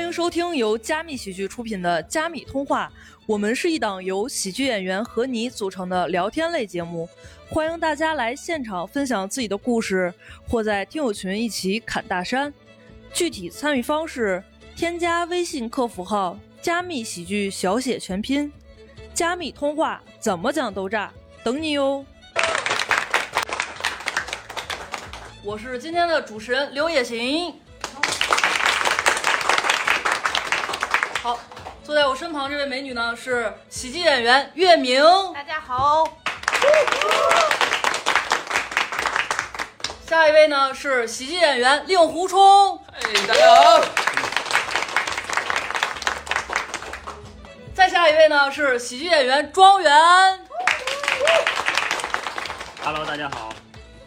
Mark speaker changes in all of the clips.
Speaker 1: 迎收听由加密喜剧出品的《加密通话》，我们是一档由喜剧演员和你组成的聊天类节目，欢迎大家来现场分享自己的故事，或在听友群一起侃大山。具体参与方式，添加微信客服号“加密喜剧”小写全拼，“加密通话”怎么讲都炸，等你哟！我是今天的主持人刘也行。好，坐在我身旁这位美女呢是喜剧演员月明。
Speaker 2: 大家好，
Speaker 1: 下一位呢是喜剧演员令狐冲。
Speaker 3: 哎，大家好，
Speaker 1: 再下一位呢是喜剧演员庄园。
Speaker 4: Hello，大家好。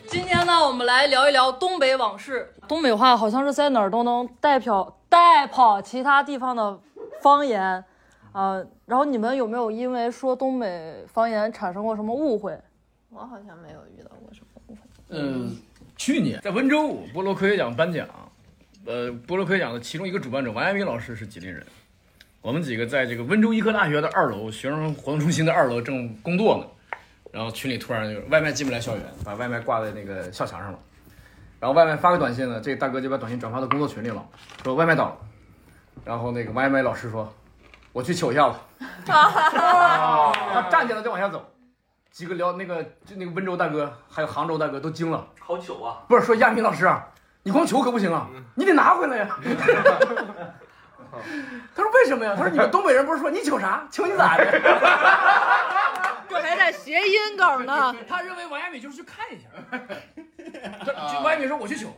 Speaker 1: 今天呢，我们来聊一聊东北往事。东北话好像是在哪儿都能代表代跑其他地方的方言，啊、然后你们有没有因为说东北方言产生过什么误会？
Speaker 2: 我好像没有遇到过什么误会。
Speaker 3: 嗯，去年在温州波罗科学奖颁奖，呃，波罗科学奖的其中一个主办者王亚明老师是吉林人，我们几个在这个温州医科大学的二楼学生活动中心的二楼正工作呢，然后群里突然就外卖进不来校园，把外卖挂在那个校墙上了，然后外卖发个短信呢，这个大哥就把短信转发到工作群里了，说外卖到了，然后那个外卖老师说，我去取一下子，他站起来再往下走。几个聊那个就那个温州大哥，还有杭州大哥都惊了，
Speaker 4: 好糗啊！
Speaker 3: 不是说亚明老师啊，你光求可不行啊，
Speaker 4: 嗯
Speaker 3: 你得拿回来呀、 他说为什么呀？他说你们东北人不是说你求啥？求你咋的？
Speaker 2: 这还在谐音梗呢。
Speaker 3: 他认为王亚明就是去看一下，
Speaker 4: 嗯
Speaker 3: 他就王亚明说我去 求，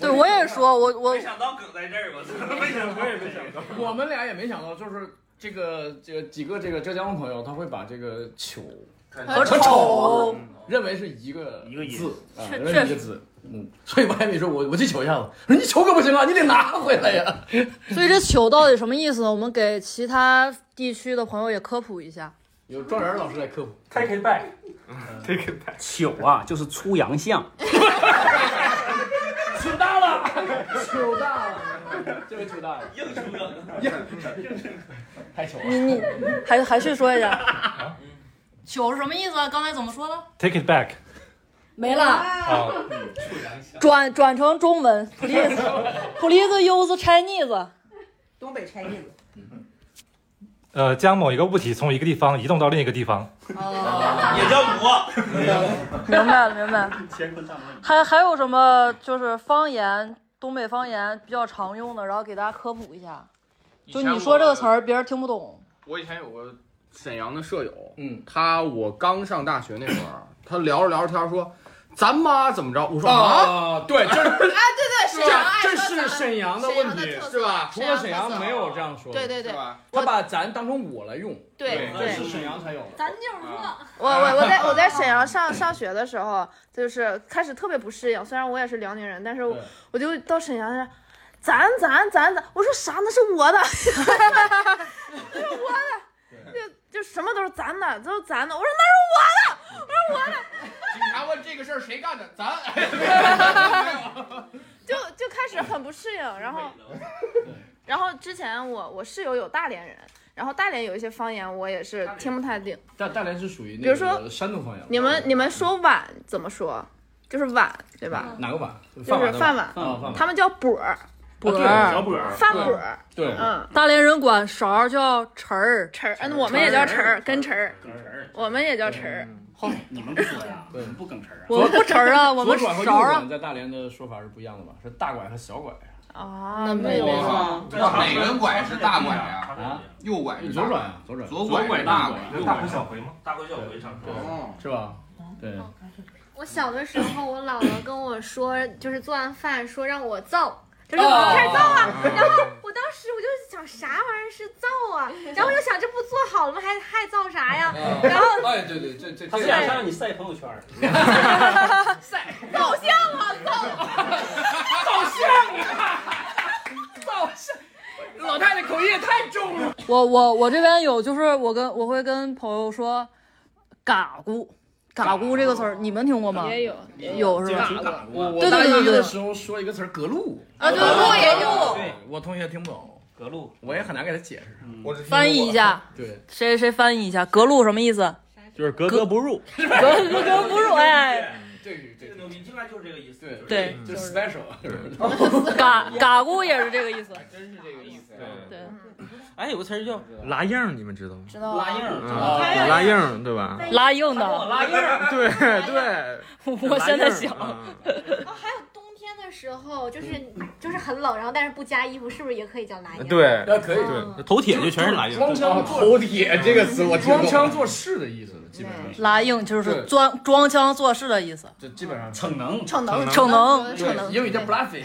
Speaker 1: 对我也说，我我
Speaker 4: 没想到梗在这儿，我操！ 没想到，我也没想到。
Speaker 3: 我们俩也没想到，就是这个这个几个这个浙江朋友，他会把这个求
Speaker 2: 和
Speaker 3: 丑
Speaker 2: 丑
Speaker 3: 认为是一个
Speaker 4: 嗯一个音
Speaker 3: 字，啊
Speaker 1: 确
Speaker 3: 认为一个字。嗯，所以王亚明说：“我我去求一下子。”说：“你求可不行啊，你得拿回来呀。
Speaker 1: 所以这糗到底什么意思呢？我们给其他地区的朋友也科普一下。”
Speaker 3: 有庄园老师来科普，
Speaker 4: Take it back，
Speaker 3: 嗯
Speaker 5: 糗啊，就是出洋相。
Speaker 3: 哦
Speaker 4: 糗大了，
Speaker 3: 糗大了，这位糗大了。
Speaker 4: 硬出梗。
Speaker 3: 太糗了。
Speaker 1: 你你还还去说一下， 糗是什么意思啊？刚才怎么说的？
Speaker 6: Take it back
Speaker 1: 没了，
Speaker 6: 啊！
Speaker 1: 转转成中文，please please use Chinese。
Speaker 7: 东北 Chinese，
Speaker 6: 呃，将某一个物体从一个地方移动到另一个地方。
Speaker 1: 哦，
Speaker 4: 也叫魔。
Speaker 1: 明白了明白了。
Speaker 5: 乾坤上面
Speaker 1: 还还有什么就是方言，东北方言比较常用的，然后给大家科普一下。就你说这个词儿，别人听不懂。
Speaker 8: 我以前有个沈阳的舍友，
Speaker 3: 嗯，
Speaker 8: 他我刚上大学那会儿，他聊着聊着天说：“咱妈怎么着？”我说：“啊，
Speaker 3: 啊，对，这是
Speaker 2: 哎，对对，沈阳爱
Speaker 3: 这
Speaker 2: 说
Speaker 3: 是
Speaker 2: 咱
Speaker 3: 沈阳的
Speaker 2: 沈阳
Speaker 3: 问
Speaker 2: 的
Speaker 3: 题
Speaker 2: 特，色
Speaker 8: 是吧？
Speaker 3: 除了沈阳没有这样说
Speaker 2: 对
Speaker 3: 的，
Speaker 2: 对
Speaker 8: 是
Speaker 2: 对
Speaker 8: 吧？
Speaker 3: 他把咱当成我来用，
Speaker 2: 对
Speaker 3: 是
Speaker 2: 对。
Speaker 3: 沈阳才有的。啊
Speaker 9: 咱就是说，
Speaker 2: 我我我在我在沈阳上上学的时候，就是开始特别不适应。虽然我也是辽宁人，但是我
Speaker 3: 对
Speaker 2: 我就到沈阳那，咱咱咱咱，我说啥？那是我的， 那是我的，就就什么都是咱的，都是咱的。我说那是我的。
Speaker 8: 警察问这个事儿谁干的？咱
Speaker 2: 就就开始很不适应，然后， 然后之前我我室友有大连人，然后大连有一些方言我也是听不太定。
Speaker 3: 大大连是属于
Speaker 2: 比
Speaker 3: 那
Speaker 2: 如说
Speaker 3: 个山东方言。
Speaker 2: 你们你们说碗怎么说？就是碗对吧？
Speaker 3: 哪个碗？
Speaker 2: 就
Speaker 3: 饭
Speaker 2: 是
Speaker 3: 碗。
Speaker 2: 饭
Speaker 3: 碗。
Speaker 2: 碗，
Speaker 3: 啊，饭碗。
Speaker 2: 他们叫钵儿，
Speaker 1: 钵
Speaker 3: 对小
Speaker 1: 儿，
Speaker 4: 波儿，
Speaker 2: 饭钵儿，
Speaker 3: 对，
Speaker 2: 嗯，
Speaker 1: 大连人管勺儿叫匙儿。
Speaker 2: 匙儿，嗯，我们也叫匙儿，跟匙儿，我们也叫匙儿，
Speaker 3: 嗯
Speaker 5: 后你们不说呀，我们不梗词儿啊。
Speaker 1: 我们不匙儿啊，我
Speaker 3: 左
Speaker 1: 们
Speaker 3: 拐和右
Speaker 1: 勺儿啊
Speaker 3: 拐。在大连的说法是不一样的吧？是大拐和小拐。
Speaker 9: 哦
Speaker 2: 啊，
Speaker 1: 那没有
Speaker 8: 哇哪个拐是大拐呀、
Speaker 3: 啊，
Speaker 8: 右拐是
Speaker 3: 左
Speaker 8: 大
Speaker 3: 转啊，左转。
Speaker 8: 左拐是大拐，
Speaker 3: 右
Speaker 6: 大
Speaker 3: 拐
Speaker 6: 回小回吗？
Speaker 4: 大回小回上说。
Speaker 8: 哦，
Speaker 3: 是吧？对，
Speaker 9: 我小的时候，我姥姥跟我 说，就是做完饭说让我造，就是
Speaker 1: 哦
Speaker 9: 我们开始造啊。然后我当时我就想啥玩意儿是造 啊，然后我就想这不做好了吗？还还造啥呀？ 然后
Speaker 3: 哎，对对，这这
Speaker 6: 他是想让你晒朋友圈。
Speaker 2: 走向啊， 走，
Speaker 3: 啊老太太口音也太重了。
Speaker 1: 我我我这边有，就是我跟我会跟朋友说，嘎咕，嘎咕这个词儿，你们听过吗？
Speaker 2: 哦也有也
Speaker 1: 有是吧？
Speaker 5: 挺嘎咕
Speaker 3: 我
Speaker 5: 啊，
Speaker 3: 我
Speaker 1: 对对
Speaker 3: 大
Speaker 1: 对对
Speaker 3: 一
Speaker 1: 对
Speaker 3: 的时候说一个词儿“隔路
Speaker 1: 啊，对，路也有。
Speaker 5: 对，
Speaker 3: 我同学听不懂，
Speaker 5: 格路，
Speaker 3: 我也很难给他解释。
Speaker 5: 嗯
Speaker 8: 我只听说过
Speaker 1: 翻译一，下，
Speaker 3: 对，
Speaker 1: 谁谁谁翻译一下，隔路什么意思？
Speaker 6: 就是格格不入。
Speaker 1: 格格格不入，哎，
Speaker 3: 这个
Speaker 4: 这个牛逼，基本上就是这个意思。
Speaker 3: 对
Speaker 1: 对
Speaker 3: 就是 special，
Speaker 1: 嘎嘎咕也是这个意思。
Speaker 3: 真是这个意思。
Speaker 1: 对，
Speaker 6: 哎，有个词儿叫拉硬儿，你们知道吗？
Speaker 2: 知道
Speaker 5: 拉
Speaker 2: 啊
Speaker 5: 硬儿，
Speaker 6: 啊拉硬儿，对吧？
Speaker 1: 拉硬的，
Speaker 5: 拉硬儿，
Speaker 6: 对对，
Speaker 1: 我现在想，
Speaker 6: 啊
Speaker 9: 哦，还有冬天的时候，就是
Speaker 3: 嗯
Speaker 9: 就是很冷，然后但是不加衣服，是不是也可以 叫拉烟？
Speaker 6: 对
Speaker 3: 那可以。
Speaker 6: 对，头铁就全是拉硬儿。
Speaker 8: 装腔头铁这个词我听
Speaker 3: 装
Speaker 8: 过，
Speaker 3: 腔作势的意思，基本上是
Speaker 1: 拉硬就是
Speaker 3: 对
Speaker 1: 装装腔作势的意思，
Speaker 3: 这基本上是。
Speaker 5: 逞能，
Speaker 2: 逞能
Speaker 1: 逞能
Speaker 2: 逞能
Speaker 3: 对，英语叫 bluffing。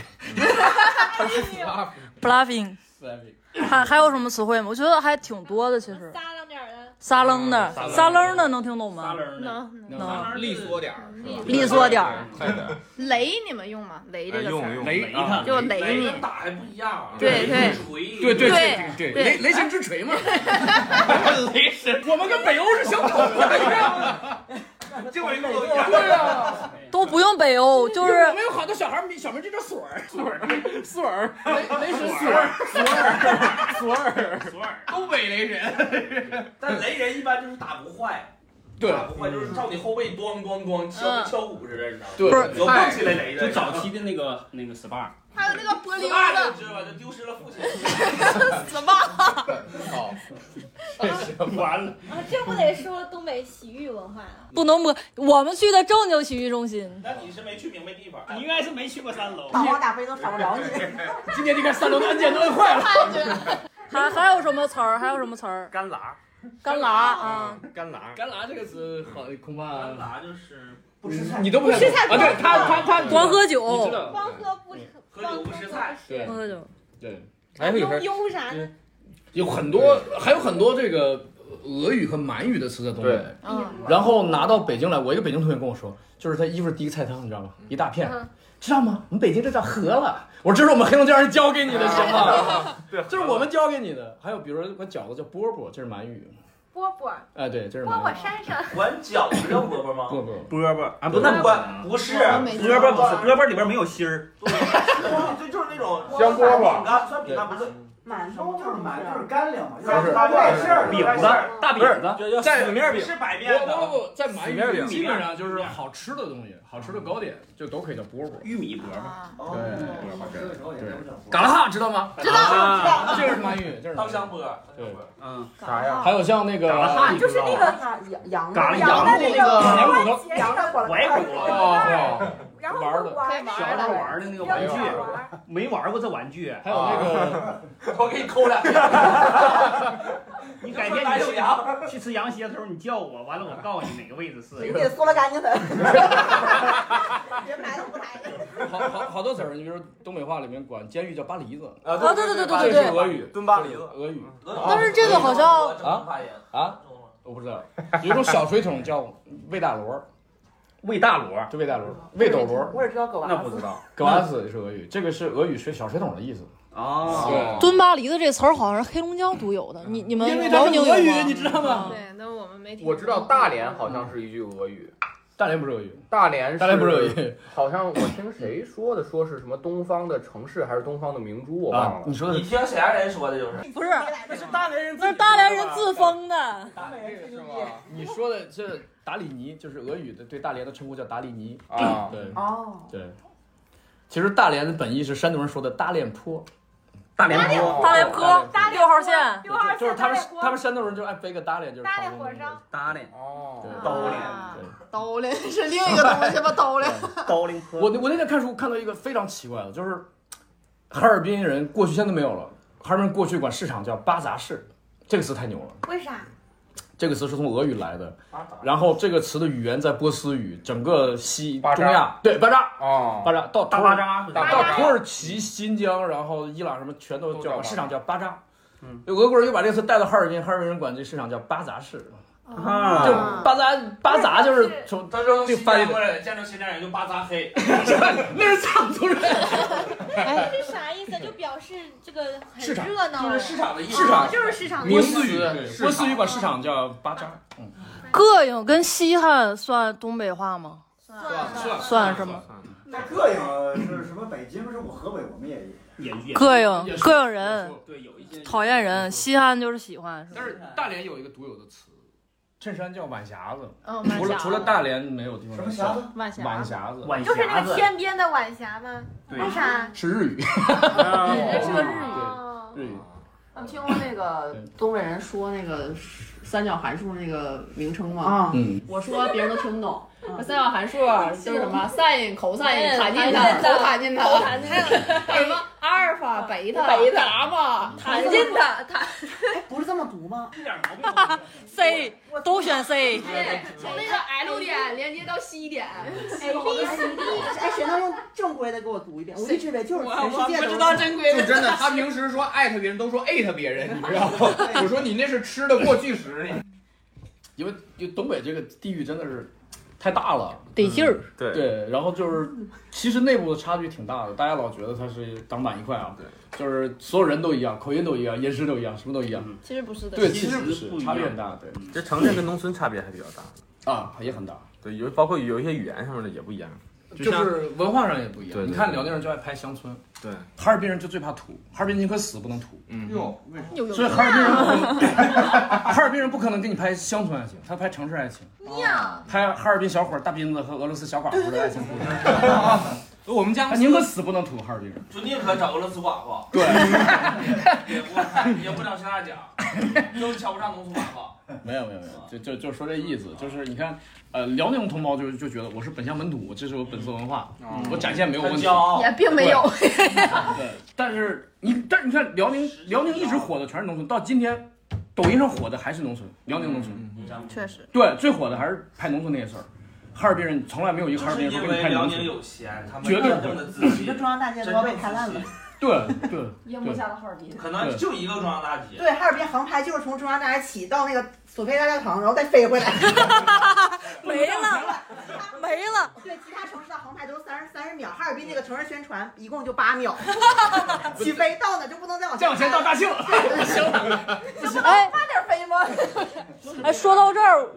Speaker 1: ，bluffing。还还有什么词汇吗？我觉得还挺多的，其实
Speaker 9: 撒浪点儿的，
Speaker 1: 撒楞的，
Speaker 3: 嗯
Speaker 1: 撒楞的能听懂
Speaker 5: 撒
Speaker 1: 吗？
Speaker 5: 楞儿呢，
Speaker 2: 能能
Speaker 1: 能，
Speaker 8: 利索点儿，是吧
Speaker 1: 利索点儿。
Speaker 8: 快点儿，
Speaker 2: 雷你们用吗？雷
Speaker 3: 哎
Speaker 2: 这个词
Speaker 6: 用
Speaker 2: 儿
Speaker 6: 用
Speaker 3: 雷
Speaker 5: 啊
Speaker 2: 就雷
Speaker 4: 雷
Speaker 2: 你
Speaker 4: 跟，打还不一样啊，
Speaker 2: 对对
Speaker 4: 锤，
Speaker 3: 对对
Speaker 2: 对
Speaker 3: 对对
Speaker 2: 对
Speaker 3: 雷雷神之 锤嘛，
Speaker 4: 雷神，
Speaker 3: 我们跟北欧是相同的，一样的。
Speaker 4: 这我一个都一样。
Speaker 1: 啊都不用北欧，就是
Speaker 3: 啊我们有好多小孩儿，小名就叫索尔，索尔，索尔，雷雷神索尔，索尔，索
Speaker 4: 索尔，
Speaker 3: 尔，东北雷神。
Speaker 4: 但雷人一般就是打不坏，
Speaker 3: 对
Speaker 4: 打不坏就是照你后背咣咣咣
Speaker 3: 嗯
Speaker 4: 敲
Speaker 9: 嗯
Speaker 4: 跟敲鼓似的，你知道吗？
Speaker 3: 对
Speaker 1: 不是
Speaker 4: 有蹦起来雷
Speaker 5: 就
Speaker 4: 的，
Speaker 5: 早期的那个那个 SPA，
Speaker 9: 还有那个柏
Speaker 4: 死
Speaker 9: 林
Speaker 4: 爸就
Speaker 9: 的，
Speaker 4: 知道吧，就丢失了父亲。
Speaker 8: 好，
Speaker 5: 完了，
Speaker 9: 啊，这不得说东北洗浴文化啊？
Speaker 1: 不能不，我们去的正经洗浴中心，
Speaker 4: 那你是没去明白地方，
Speaker 5: 你应该是没去过三楼，
Speaker 7: 打王打飞都少不了你。
Speaker 3: 今天你看三楼的按键都摁坏了，
Speaker 1: 还还有什么词儿？还有什么词儿？
Speaker 6: 干拉，
Speaker 1: 干拉啊，
Speaker 6: 干拉，
Speaker 3: 干拉这个词好，恐怕
Speaker 4: 干啥就是
Speaker 7: 不吃菜，
Speaker 3: 你都不太懂啊？对他他他
Speaker 1: 光喝
Speaker 3: 你
Speaker 1: 酒，
Speaker 3: 知道
Speaker 9: 光喝不
Speaker 4: 喝酒不吃菜，
Speaker 3: 对
Speaker 1: 光喝酒，
Speaker 3: 对，
Speaker 6: 还会有
Speaker 1: 哎
Speaker 9: 悠
Speaker 6: 人
Speaker 9: 悠啥呢？
Speaker 3: 有很多还有很多这个俄语和满语的词在东北
Speaker 8: 对。
Speaker 2: 嗯，
Speaker 3: 然后拿到北京来，我一个北京同学跟我说，就是他衣服第一菜汤，你知道吗？
Speaker 4: 嗯
Speaker 3: 一大片，知道吗？我们北京这叫河了。我说这是我们黑龙江人教 给你的，行吗？
Speaker 6: 对
Speaker 3: 这是我们教给你的。还有比如说管饺子叫饽饽，这是满语。
Speaker 9: 波波，
Speaker 3: 哎，对，这是
Speaker 9: 波
Speaker 3: 满
Speaker 9: 波
Speaker 3: 语。
Speaker 9: 山上，
Speaker 4: 管饺子叫饽饽吗？
Speaker 3: 饽饽，
Speaker 6: 饽饽啊，不
Speaker 5: 那
Speaker 6: 那
Speaker 4: 不管不是，
Speaker 2: 我没
Speaker 6: 饽
Speaker 2: 听
Speaker 6: 饽
Speaker 2: 过
Speaker 6: 不是饽饽里边没有芯儿，
Speaker 4: 就就是那种
Speaker 8: 香饽饽
Speaker 4: 饼干，算饼干啊不是
Speaker 7: 满
Speaker 4: 都
Speaker 7: 洲
Speaker 4: 就是
Speaker 7: 满
Speaker 4: 满
Speaker 7: 就是
Speaker 4: 干粮嘛，
Speaker 8: 就是
Speaker 4: 它带馅儿的，
Speaker 5: 饼
Speaker 4: 带
Speaker 5: 子
Speaker 4: 馅儿的，
Speaker 5: 大饼子，
Speaker 6: 这叫
Speaker 3: 在
Speaker 6: 死面饼，
Speaker 4: 是白面
Speaker 3: 不不
Speaker 4: 的，
Speaker 3: 不不，在满
Speaker 6: 面
Speaker 3: 语
Speaker 6: 饼
Speaker 3: 基本上就是好吃的东西，好吃的糕点就都可以叫饽饽。
Speaker 5: 玉米饽饽，
Speaker 2: 啊，
Speaker 4: 哦
Speaker 3: 对
Speaker 4: 吃的时候也能整
Speaker 3: 嘎啦哈知道吗？
Speaker 6: 知
Speaker 4: 啊
Speaker 6: 道
Speaker 3: 这个是满语，这是满
Speaker 4: 汤
Speaker 3: 语
Speaker 4: 香饽，
Speaker 3: 对
Speaker 5: 嗯，
Speaker 8: 啥呀？
Speaker 3: 还有像那个啊
Speaker 5: 嘎啦哈，你
Speaker 7: 就是那
Speaker 5: 知道吗
Speaker 7: 个啥羊羊
Speaker 5: 嘎
Speaker 7: 的
Speaker 5: 了
Speaker 7: 羊的那
Speaker 3: 羊
Speaker 7: 个
Speaker 3: 骨头，
Speaker 7: 羊的管
Speaker 5: 崴
Speaker 7: 儿
Speaker 5: 骨啊
Speaker 3: 哦
Speaker 5: 了，
Speaker 3: 哦，
Speaker 7: 然后
Speaker 3: 玩儿的
Speaker 7: 玩儿
Speaker 2: 可以玩
Speaker 5: 小
Speaker 2: 儿
Speaker 5: 时候玩的那个玩
Speaker 7: 扔着
Speaker 5: 具，
Speaker 7: 玩儿
Speaker 5: 没玩过这玩具，
Speaker 3: 还有那个。
Speaker 5: 啊
Speaker 4: 我给你抠两下，
Speaker 5: 你改天
Speaker 4: 哪
Speaker 5: 你
Speaker 4: 有
Speaker 5: 去
Speaker 4: 羊？
Speaker 5: 去吃羊蝎的时候，你叫我，完了我告诉你哪个位置是。
Speaker 7: 你给缩了干净的，别埋汰不埋汰。
Speaker 3: 好好好多词儿，你比如说东北话里面管监狱叫巴黎子，
Speaker 4: 啊
Speaker 1: 啊对对对对对
Speaker 3: 这是俄语，
Speaker 6: 蹲巴
Speaker 3: 这是俄语
Speaker 1: 但是这个好像
Speaker 4: 啊发言
Speaker 3: 啊，我不知道，有一种小水桶叫魏大罗，
Speaker 5: 喂大螺，
Speaker 3: 就魏大罗，魏斗罗，
Speaker 7: 我只知道狗
Speaker 5: 那
Speaker 7: 娃
Speaker 5: 不
Speaker 7: 子
Speaker 5: 知。 道
Speaker 3: 格瓦斯是俄语，这个是俄语水小水桶的意思。
Speaker 5: 哦，
Speaker 1: 蹲巴黎的这词儿好像是黑龙江独有的，你你们辽宁有吗？
Speaker 3: 知道
Speaker 1: 吗？
Speaker 2: 对，那我们没听过。
Speaker 8: 我知道大连好像是一句俄语，
Speaker 3: 嗯大连不是俄语，
Speaker 8: 大连
Speaker 3: 大连不是俄语
Speaker 8: 好像我听谁说的，说是什么东方的城市还是东方的明珠，我忘
Speaker 3: 啊
Speaker 8: 了。。
Speaker 3: 你说
Speaker 4: 你
Speaker 3: 的
Speaker 4: 听沈阳人说的就是，
Speaker 1: 不是，
Speaker 4: 那是大连人
Speaker 1: 那是大连人自封的。
Speaker 7: 东北人是吗？
Speaker 3: 你说的这达里尼就是俄语的对大连的称呼叫达里尼，
Speaker 8: 啊，
Speaker 3: 对
Speaker 7: 哦，
Speaker 3: 对。其实大连的本意是山东人说的大连坡，
Speaker 5: 大连坡，
Speaker 1: 大连坡
Speaker 3: 大
Speaker 1: 六号线，
Speaker 7: 六二四
Speaker 3: 就是他
Speaker 7: 大
Speaker 3: 们
Speaker 7: 连锅
Speaker 3: 他们山东人就
Speaker 5: 哎
Speaker 3: 爱背个大连，就是
Speaker 9: 搭
Speaker 3: 朝
Speaker 9: 点
Speaker 3: 鲜
Speaker 9: 火
Speaker 3: 那
Speaker 9: 烧
Speaker 3: 个，
Speaker 5: 大连
Speaker 8: 哦，
Speaker 5: 刀
Speaker 2: 连
Speaker 9: 啊
Speaker 3: 对。
Speaker 2: 刀 嘞是另一个东西吧？刀嘞，
Speaker 5: 刀连
Speaker 3: 我
Speaker 5: 坡，
Speaker 3: 那我那天看书看到一个非常奇怪的，就是哈尔滨人过去现在都没有了，哈尔滨人过去管市场叫巴杂市，这个词太牛了。
Speaker 9: 为啥？
Speaker 3: 这个词是从俄语来的
Speaker 4: 巴，
Speaker 3: 然后这个词的语言在波斯语，整个西
Speaker 8: 巴扎
Speaker 3: 中亚对巴扎巴
Speaker 8: 哦，
Speaker 3: 扎到土
Speaker 5: 大巴
Speaker 3: 耳
Speaker 5: 扎，
Speaker 8: 大
Speaker 3: 到
Speaker 8: 巴扎
Speaker 3: 土耳其、新疆，然后伊朗什么全都
Speaker 8: 都叫
Speaker 3: 叫
Speaker 8: 巴扎
Speaker 3: 市场叫巴扎。
Speaker 5: 嗯
Speaker 3: 俄国人就把这个词带到哈尔滨，哈尔滨人管这市场叫巴杂市，
Speaker 5: 啊
Speaker 3: 就巴扎巴扎就是
Speaker 9: 巴扎市
Speaker 3: 从
Speaker 4: 他说
Speaker 3: 这
Speaker 4: 新
Speaker 3: 翻译
Speaker 4: 疆
Speaker 3: 的
Speaker 4: 人，见着新疆人就巴扎 黑，
Speaker 3: 那是藏族人，
Speaker 9: 哎这是啥意思？就表示这个很
Speaker 3: 市场
Speaker 9: 热闹，
Speaker 4: 就是市场的意思。
Speaker 3: 市场
Speaker 9: 哦就是市场的
Speaker 3: 波
Speaker 9: 意思。
Speaker 3: 斯语
Speaker 8: 对市场
Speaker 3: 波斯语管市场叫巴扎，嗯。
Speaker 9: 巴
Speaker 1: 膈应跟稀罕算东北话吗？
Speaker 7: 算
Speaker 1: 算是吗？
Speaker 7: 那膈应是什么？北京是我河北，我们也也
Speaker 1: 膈应膈应人，
Speaker 3: 对，有一些
Speaker 1: 讨厌人，稀罕就是喜欢。
Speaker 3: 但是大连有一个独有的词，嗯衬衫叫碗匣子。
Speaker 1: 嗯碗匣子
Speaker 3: 除了除了大连没有地方。什么
Speaker 7: 匣子？
Speaker 3: 碗匣碗匣子。
Speaker 9: 就是那个天边的晚啊霞吗？
Speaker 3: 对
Speaker 9: 为啥？
Speaker 3: 是日语。啊
Speaker 2: 这是个日哦
Speaker 9: 语。
Speaker 3: 日语。
Speaker 2: 我听过那个东北人说那个三角函数那个名称吗？
Speaker 9: 啊
Speaker 3: 嗯
Speaker 2: 我说别人都听不懂。这三角函数啊就是什么 sin、cosine、
Speaker 9: 嗯
Speaker 2: 弹进
Speaker 9: 弹进
Speaker 2: 它，
Speaker 9: 它
Speaker 2: 头弹进它，
Speaker 9: 头弹进它
Speaker 2: 还有什么阿尔法、贝塔、
Speaker 9: 贝塔
Speaker 1: 哎
Speaker 2: 伽马，
Speaker 9: 弹进它
Speaker 2: 弹。
Speaker 7: 不是这么读吗？一点毛病。
Speaker 1: C 都选 C，
Speaker 2: 对，从那个 L 点连接到 C 点
Speaker 10: 哎，哎，谁能用正规的给我读一遍？我一直以为就是
Speaker 2: 我
Speaker 10: 全世界
Speaker 2: 我
Speaker 10: 都
Speaker 2: 不
Speaker 10: 是
Speaker 2: 知道正规
Speaker 10: 就
Speaker 8: 就真的， 他平时说艾特别人都说艾特别人，你知道吗？ 我说你那是吃的过去时，你
Speaker 3: 因为因为东北这个地域真的是太大了，
Speaker 1: 得劲儿。
Speaker 3: 对对，然后就是其实内部的差距挺大的，大家老觉得它是挡板一块啊，对，嗯就是所有人都一样，口音都一样，音式都一样，什么都一样。
Speaker 2: 其实不是的，
Speaker 3: 对，
Speaker 6: 其
Speaker 3: 其
Speaker 6: 实
Speaker 3: 实
Speaker 6: 不是
Speaker 3: 差别很大，对。
Speaker 6: 这城镇跟农村差别还比较大
Speaker 3: 啊，也很大。
Speaker 6: 对，有包括有一些语言上面的也不一样，像
Speaker 3: 就是文化上也不一
Speaker 6: 对对
Speaker 3: 样，你看辽宁人就爱拍乡村，
Speaker 6: 对，
Speaker 3: 哈尔滨人就最怕土，哈尔滨宁可死不能土。嗯
Speaker 6: 哟
Speaker 3: 所以哈尔滨人，哈尔滨人不可能给你拍乡村爱情，他拍城市爱情，
Speaker 9: 呀，
Speaker 3: 拍哈尔滨小伙儿大斌子和俄罗斯小寡妇的爱情故事。
Speaker 6: 我们家
Speaker 3: 宁可死不能土哈尔滨人。
Speaker 4: 就宁可找俄罗斯寡妇，
Speaker 3: 对，
Speaker 4: 也不也不找乡下讲，都瞧不上农村寡妇。
Speaker 3: 没有没有没有，就就就说这意思，就是你看，呃，辽宁同胞就就觉得我是本乡本土，这是我本色文化，
Speaker 4: 嗯
Speaker 3: 我展现没有问
Speaker 4: 很
Speaker 3: 题，
Speaker 4: 骄傲
Speaker 2: 也并没有
Speaker 3: 对。对，但是你，但是你看辽宁，辽宁一直火的全是农村，到今天，抖音上火的还是农村，辽宁农村，
Speaker 4: 嗯
Speaker 2: 确实。
Speaker 3: 对，最火的还是拍农村那些事儿。哈尔滨人从来没有一个
Speaker 4: 就
Speaker 3: 哈尔
Speaker 4: 是
Speaker 3: 滨人
Speaker 4: 因
Speaker 3: 说给
Speaker 4: 为
Speaker 3: 你拍
Speaker 4: 辽
Speaker 3: 农
Speaker 4: 宁
Speaker 3: 村，
Speaker 4: 有钱，他们
Speaker 3: 绝对
Speaker 4: 真正的自
Speaker 7: 一
Speaker 4: 信
Speaker 7: 个，中央大街都要被拍烂了。
Speaker 3: 对对
Speaker 7: 淹
Speaker 3: 没
Speaker 7: 下了哈尔滨
Speaker 4: 可能就一个中央大街。
Speaker 7: 对，哈尔滨航拍就是从中央大街起到那个索菲亚大教堂，然后再飞回来。
Speaker 1: 没了，没了。
Speaker 7: 对，其他城市的航拍都是三十三十秒，哈尔滨那个城市宣传一共就八 秒，起飞到哪就不能再往
Speaker 3: 再往前到大庆，
Speaker 7: 不 行
Speaker 3: 了，
Speaker 1: 哎，
Speaker 7: 快点飞吗？
Speaker 1: 哎，说到这儿，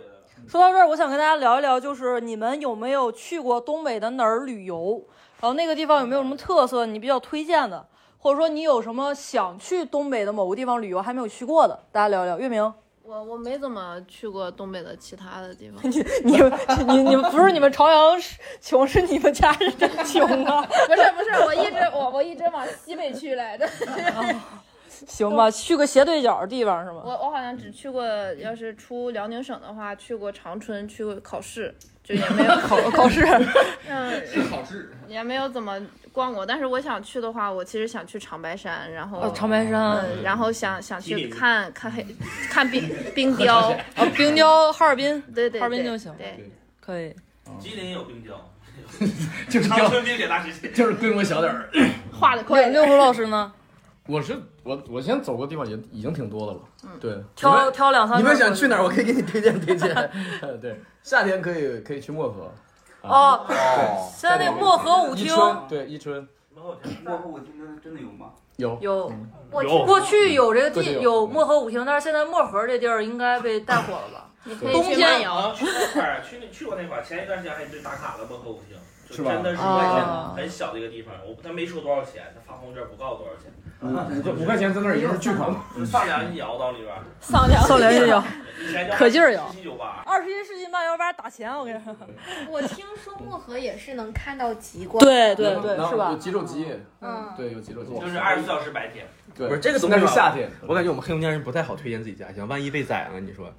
Speaker 1: 说到这儿，我想跟大家聊一聊，就是你们有没有去过东北的哪儿旅游？然后那个地方有没有什么特色你比较推荐的，或者说你有什么想去东北的某个地方旅游还没有去过的，大家聊一聊。月明，
Speaker 2: 我我没怎么去过东北的其他的地方，！
Speaker 1: 你们你你们不是你们朝阳是穷，是你们家人真穷啊
Speaker 2: 不是不是，我一直 我我一直往西北去来 着。
Speaker 1: 行吧，去个斜对角的地方是
Speaker 2: 我
Speaker 1: 吗？
Speaker 2: 我好像只去过，要是出辽宁省的话，去过长春，去过考试，就也没有
Speaker 1: 考考试，
Speaker 2: 嗯，
Speaker 3: 考试。
Speaker 2: 也没有怎么逛过。但是我想去的话，我其实想去长白山，然后、
Speaker 1: 哦长白山
Speaker 2: 嗯然后想想
Speaker 1: 吉
Speaker 2: 去
Speaker 1: 林
Speaker 2: 看看黑看冰冰雕，
Speaker 1: 哦，冰雕哈尔滨，
Speaker 2: 对对，
Speaker 1: 哈尔滨
Speaker 2: 对
Speaker 1: 就行
Speaker 2: 对，
Speaker 1: 可以。
Speaker 4: 吉林有冰雕，
Speaker 3: 就是
Speaker 4: 长春冰雪大世界，
Speaker 3: 就是规模小点儿。
Speaker 2: 画的快。
Speaker 1: 六胡老师呢？
Speaker 3: 我是我我先走过地方也已经挺多的了，对，
Speaker 1: 挑挑两三
Speaker 3: 你们
Speaker 1: 个
Speaker 3: 想去哪儿？我可以给你推荐 推荐。呃对，夏天可以可以去漠河。
Speaker 1: 哦
Speaker 3: 对
Speaker 1: 现在那个漠河舞
Speaker 3: 伊
Speaker 1: 厅
Speaker 3: 春对伊春
Speaker 7: 漠河舞厅真的真的有吗？
Speaker 3: 有
Speaker 1: 有我
Speaker 3: 有
Speaker 1: 过去有这个
Speaker 3: 过去
Speaker 1: 地
Speaker 3: 有
Speaker 1: 有漠河舞厅，但是现在漠河这地儿应该被带火了吧？
Speaker 4: 可以
Speaker 1: 冬
Speaker 4: 去
Speaker 1: 天
Speaker 4: 漫游去那块儿，去那去过那块儿，前一段时间还去打卡了漠河舞厅，就是
Speaker 3: 吧
Speaker 4: 真的是
Speaker 1: 哦
Speaker 3: 啊
Speaker 4: 很小的一个地方，我他没收多少钱，他发红证不告多少钱，
Speaker 3: 五这五块钱在嗯那儿已经是巨嗯款了。
Speaker 4: 就上梁一摇到里边儿，
Speaker 1: 丧良丧良一摇
Speaker 4: 以前叫
Speaker 1: 可劲儿摇
Speaker 4: 七七九八，
Speaker 1: 二十一世纪慢摇吧打钱，我跟你说。
Speaker 9: 我听说漠河也是能看到极光，
Speaker 1: 对对对
Speaker 3: 然后
Speaker 1: 是吧
Speaker 3: 有极昼极夜，
Speaker 9: 嗯
Speaker 3: 对，有极昼极夜，
Speaker 4: 就是二十四小时白天。
Speaker 3: 对，
Speaker 6: 不是这个东西
Speaker 3: 那
Speaker 6: 吧
Speaker 3: 是夏天。
Speaker 6: 我感觉我们黑龙江人不太好推荐自己家乡，万一被宰了，你说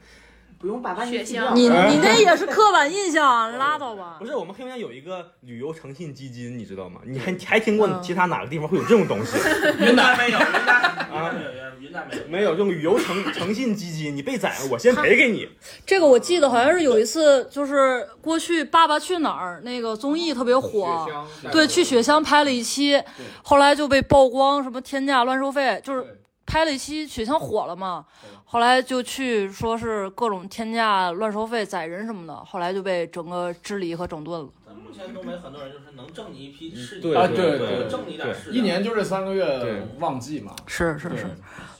Speaker 7: 不用把万 一
Speaker 1: 你
Speaker 3: 哎
Speaker 1: 你那也是刻板印象，拉倒吧。
Speaker 6: 不是，我们黑龙江有一个旅游诚信基金，你知道吗？你还还听过其他哪个地方会有这种东 西？啊
Speaker 4: 云南没有，云南云南没有，云南没有。
Speaker 6: 没有，这种旅游诚诚信基金，你被宰了，我先赔给你。
Speaker 1: 这个我记得好像是有一次，就是过去《爸爸去哪儿》那个综艺特别火
Speaker 6: 雪乡，
Speaker 1: 对，去雪乡拍了一期，后来就被曝光什么天价乱收费，就是拍了一期雪乡火了嘛，后来就去说是各种天价乱收费宰人什么的，后来就被整个治理和整顿了。
Speaker 4: 目前东北很多人就是能挣你一批
Speaker 5: 嗯
Speaker 4: 是
Speaker 3: 对
Speaker 4: 啊，
Speaker 3: 对
Speaker 4: 对，
Speaker 3: 对，
Speaker 4: 挣你一点是
Speaker 3: 一年就这三个
Speaker 6: 对
Speaker 3: 月旺季嘛。
Speaker 1: 是是
Speaker 3: 是，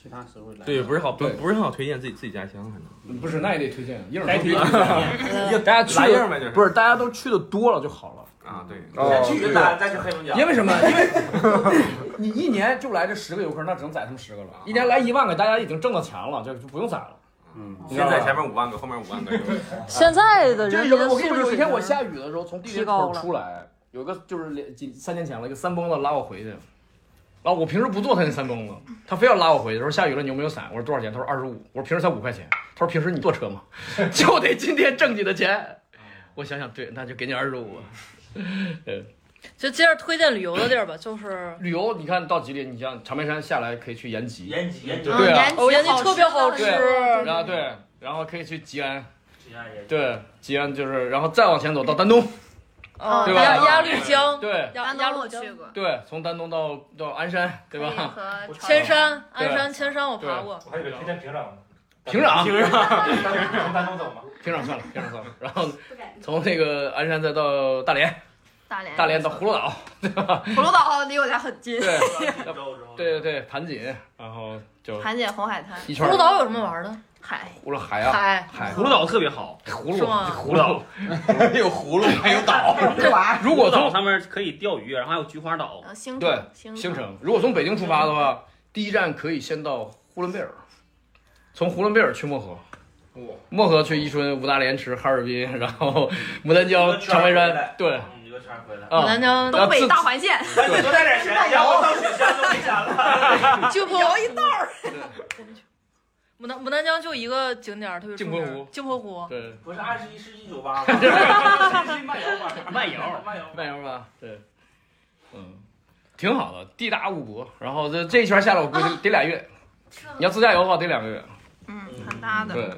Speaker 8: 其他时候来
Speaker 6: 对，不是好，不
Speaker 3: 对
Speaker 6: 不是很好推荐自己自己家乡，反正
Speaker 3: 嗯不是那也得推荐，一会儿，
Speaker 6: 该推荐
Speaker 3: 大家 去
Speaker 6: 来
Speaker 3: 的
Speaker 6: 一儿呗，就是
Speaker 3: 不是大家都去的多了就好了
Speaker 6: 啊，对
Speaker 3: 哦
Speaker 4: 去云南再去黑龙江
Speaker 3: 因为什么？因 为你一年就来这十个游客，那只能宰他们十个了。一年来一万个，大家已经挣到钱了，就就不用宰了。
Speaker 6: 嗯
Speaker 3: 你知道吧
Speaker 6: 面五万个，后面五万个。
Speaker 11: 现在的人
Speaker 3: 嗯这
Speaker 11: 民
Speaker 3: 有
Speaker 11: 的
Speaker 3: 我
Speaker 11: 素
Speaker 3: 跟你说，
Speaker 11: 质
Speaker 3: 有一
Speaker 11: 水
Speaker 3: 天我
Speaker 11: 平，
Speaker 3: 下雨的时候从地铁
Speaker 11: 提高
Speaker 3: 口
Speaker 11: 了
Speaker 3: 出来，有一个就是连几三年前了，一个三蹦子拉我回去。然后我平时不坐他那三蹦子，他非要拉我回去，说下雨了你有没有伞？我说多少钱？他说二十五。我说平时才五块钱。他说平时你坐车吗？ 就得今天挣你的钱。我想想，对，那就给你二十五。呃，
Speaker 1: 就接着推荐旅游的地儿吧，就是
Speaker 3: 旅游你看到吉林，你像长白山下来可以去延吉，延吉，延
Speaker 1: 吉
Speaker 3: 对
Speaker 11: 嗯
Speaker 3: 啊，
Speaker 1: 哦延吉特别好吃
Speaker 3: 对
Speaker 1: 对
Speaker 3: 然后对，然后可以去吉安，吉安也对，吉安就是，然后再往前走到丹东，
Speaker 1: 哦
Speaker 3: 对吧？
Speaker 1: 鸭鸭绿江，
Speaker 3: 对
Speaker 1: 鸭鸭绿江，
Speaker 3: 对，从丹东到到鞍山，对吧？
Speaker 1: 千山，
Speaker 3: 对
Speaker 1: 鞍山，千山我爬过。
Speaker 7: 我还以为推荐平壤呢。
Speaker 3: 平壤，
Speaker 7: 平壤， 从丹东走吗？
Speaker 3: 平壤算了，平壤算了，然后从那个鞍山再到大连，
Speaker 2: 大连，
Speaker 3: 大连到葫芦 岛，对吧？
Speaker 2: 葫芦岛离我家很近。
Speaker 3: 对，对对对，盘锦，然后就
Speaker 2: 盘锦红海滩。
Speaker 3: 一圈儿葫芦岛
Speaker 1: 有什么玩的？
Speaker 2: 海。
Speaker 3: 葫芦海啊，
Speaker 2: 海
Speaker 3: 海，
Speaker 6: 葫芦岛特别好，
Speaker 3: 葫芦
Speaker 2: 是吗
Speaker 3: 葫芦岛 有葫芦还有 岛，如
Speaker 5: 葫
Speaker 3: 果
Speaker 5: 芦岛
Speaker 3: 从
Speaker 5: 上面可以钓鱼，然后还有菊花岛，
Speaker 2: 啊
Speaker 1: 嗯
Speaker 2: 星
Speaker 3: 对兴城，如果从北京出发的话，第一站可以先到呼伦贝尔，从呼伦贝尔去漠河。漠河去伊春、五大连池、哈尔滨，然后牡 丹江、长白山，对，
Speaker 4: 一个圈儿回来。
Speaker 3: 啊，
Speaker 2: 东北大
Speaker 3: 环。
Speaker 2: 环线。
Speaker 4: 赶 紧多带点钱，要不到雪山都没钱 了。
Speaker 1: 就不
Speaker 2: 摇一道儿。
Speaker 1: 牡丹牡丹江就一个景点儿特别出
Speaker 3: 镜
Speaker 1: 名
Speaker 3: 泊湖，
Speaker 1: 镜泊湖。
Speaker 3: 对，
Speaker 4: 不是二十一世纪酒吧吗？ 漫游吧，
Speaker 3: 漫游
Speaker 4: 漫游，
Speaker 3: 漫游吧，对，嗯，挺好的，地大物博。然后这这一圈下来，我估计得俩月。你要自驾游的话，得两个月。
Speaker 2: 嗯，很大的。
Speaker 3: 对，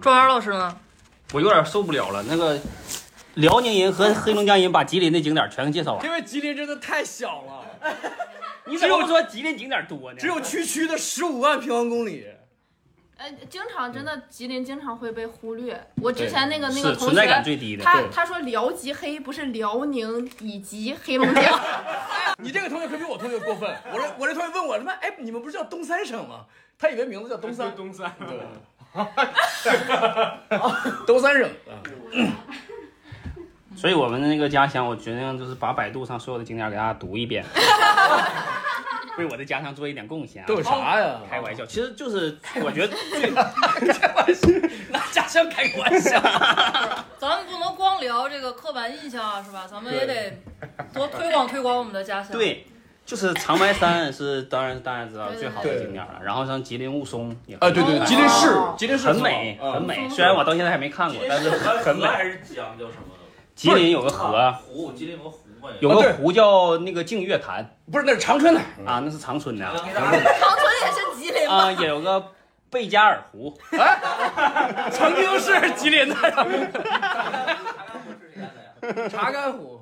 Speaker 1: 庄园老师呢？
Speaker 5: 我有点受不了了。那个辽宁人和黑龙江人把吉林的景点全介绍完，
Speaker 3: 因为吉林真的太小了，
Speaker 5: 你怎么不说吉林景点多呢？
Speaker 3: 只有区区的十五万平方公里。
Speaker 2: 呃，经常真的吉林经常会被忽略。我之前那个
Speaker 5: 对
Speaker 2: 那个
Speaker 5: 是
Speaker 2: 同
Speaker 5: 存
Speaker 2: 学，
Speaker 5: 在感最低的
Speaker 2: 他
Speaker 5: 对
Speaker 2: 他说辽吉黑不是辽宁以及黑龙江，
Speaker 3: 你这个同学可比我同学过分。我这我这同学问我他妈，哎，你们不是叫东三省吗？他以为名字叫东三。 东三。 对。东三省。嗯
Speaker 5: 所以我们的那个家乡，我决定就是把百度上所有的景点给大家读一 遍，为我的家乡做一点贡献、啊。
Speaker 3: 都有啥呀
Speaker 5: 开玩笑，其实就是我觉得最开玩笑，拿家乡开玩笑。
Speaker 1: 咱们不能光聊这个刻板印象啊，是吧？咱们也得多推广推广我们的家乡。，
Speaker 5: 对，就是长白山是当然是大家知道
Speaker 1: 对
Speaker 5: 最好的景点了，然后像吉林雾凇也
Speaker 3: 啊对对
Speaker 5: 很
Speaker 3: 吉林市
Speaker 5: 哦
Speaker 3: 吉林市
Speaker 5: 很美
Speaker 3: 嗯
Speaker 5: 很美，虽然我到现在还没看过，但是很美
Speaker 4: 河。还是江叫什么？啊
Speaker 5: 吉林有个
Speaker 3: 啊
Speaker 5: 河，
Speaker 4: 湖，吉林有个湖嘛？
Speaker 5: 有个湖叫那个净月潭，
Speaker 3: 不是那是长春的
Speaker 5: 啊，那是长春的啊
Speaker 2: 长春也是吉林
Speaker 5: 啊，
Speaker 2: 吗？
Speaker 5: 也有个贝加尔湖，哎曾经是吉林的，
Speaker 3: 查干湖。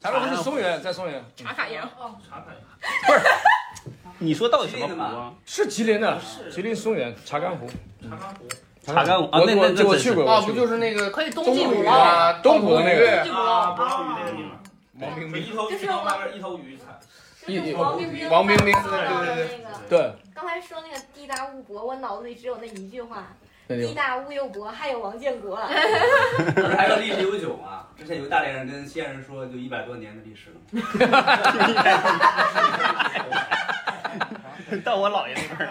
Speaker 3: 查干湖是松原，在松原。
Speaker 2: 茶卡营，
Speaker 3: 哦
Speaker 5: 你说到底什么湖啊？
Speaker 3: 是吉林的，吉林松原查干湖。
Speaker 5: 查干湖啊，
Speaker 3: 我
Speaker 5: 那
Speaker 3: 我
Speaker 5: 那
Speaker 3: 我
Speaker 5: 那
Speaker 3: 去过
Speaker 8: 啊，
Speaker 3: 我去
Speaker 8: 不
Speaker 3: 过
Speaker 8: 就是那个
Speaker 1: 可以冬
Speaker 8: 冬
Speaker 1: 季捕
Speaker 8: 雨
Speaker 1: 捞
Speaker 8: 啊，
Speaker 3: 东浦的那个
Speaker 8: 冬捕
Speaker 4: 啊，不捞鱼那个地方，
Speaker 3: 王冰
Speaker 4: 一头一头那边一头鱼才。
Speaker 3: 一一
Speaker 4: 王冰
Speaker 9: 冰
Speaker 3: 王冰冰，
Speaker 9: 刚才说的
Speaker 3: 对
Speaker 9: 那个
Speaker 3: 对
Speaker 9: 刚才说那个地大物博，我脑子里只有那一句话：
Speaker 3: 对
Speaker 9: 地
Speaker 3: 对。
Speaker 9: 大物又博，还有王建国了。
Speaker 12: 不是还有历史悠久嘛？之前有个大连人跟西安人说，就一百多年的历史了。
Speaker 5: 到我姥爷那边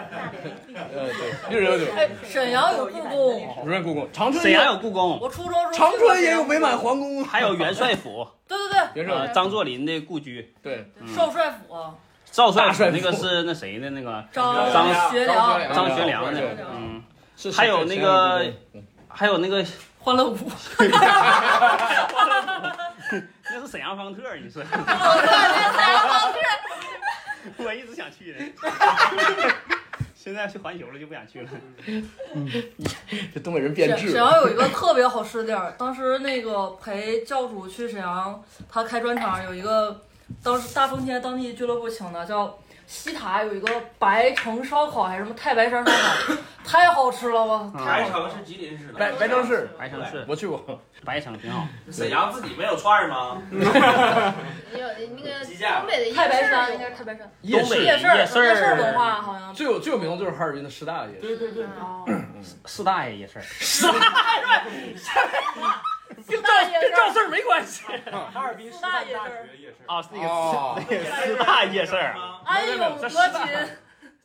Speaker 3: 呃对，六十六九。
Speaker 1: 哎，沈阳有故宫，
Speaker 3: 不是故宫，长春
Speaker 5: 沈阳有故宫，
Speaker 1: 我初中时候去
Speaker 3: 长
Speaker 1: 过
Speaker 3: 春也
Speaker 1: 沈阳
Speaker 3: 有
Speaker 1: 故
Speaker 3: 伪满
Speaker 1: 宫
Speaker 3: 皇宫，啊
Speaker 5: 还有元帅府，
Speaker 1: 对对对，
Speaker 3: 元
Speaker 5: 呃张作霖的故居，嗯
Speaker 3: 对，
Speaker 1: 少帅府，
Speaker 5: 赵帅
Speaker 3: 大帅府
Speaker 5: 那个是那谁的那个
Speaker 1: 张
Speaker 5: 张
Speaker 1: 学良
Speaker 5: 张学良的
Speaker 3: 对对对，
Speaker 5: 嗯
Speaker 3: 是，
Speaker 5: 还有那个还有那个
Speaker 1: 欢乐 谷，
Speaker 5: 那是沈阳方特，你说？ 我一直想去的，现在去环球了就不想去了。
Speaker 3: 嗯 这东北人
Speaker 1: 沈
Speaker 3: 变质。
Speaker 1: 沈阳有一个特别好吃的地儿，当时那个陪教主去沈阳，他开专场有一个，当时大风天当地俱乐部请的叫西塔有一个白城烧烤还是什么太白山烧烤，太好吃了，
Speaker 5: 嗯
Speaker 1: 我操！
Speaker 4: 白城是吉林市的，
Speaker 3: 白白城市，
Speaker 5: 白城市，
Speaker 3: 我去过，
Speaker 5: 白城挺好。
Speaker 4: 沈阳自己没有串儿吗？
Speaker 2: 有那个
Speaker 4: 鸡架
Speaker 2: 东北的夜
Speaker 1: 太白
Speaker 2: 市
Speaker 1: 山
Speaker 2: 有
Speaker 1: 应该是太白山，
Speaker 3: 夜市
Speaker 1: 夜市
Speaker 5: 夜市
Speaker 1: 夜市文化好像
Speaker 3: 最有最有名的就是哈尔滨的师大夜市，
Speaker 5: 对对， 四大爷也是，
Speaker 3: 师大
Speaker 1: 跟赵跟
Speaker 5: 赵四儿没关系。
Speaker 1: 哈尔滨师大夜市，
Speaker 4: 夜市
Speaker 5: 啊，那个
Speaker 3: 哦
Speaker 5: 四那个四大夜市儿
Speaker 3: 啊
Speaker 1: 安
Speaker 3: 没有
Speaker 1: 永
Speaker 3: 没有在
Speaker 1: 德
Speaker 3: 师大
Speaker 1: 勤。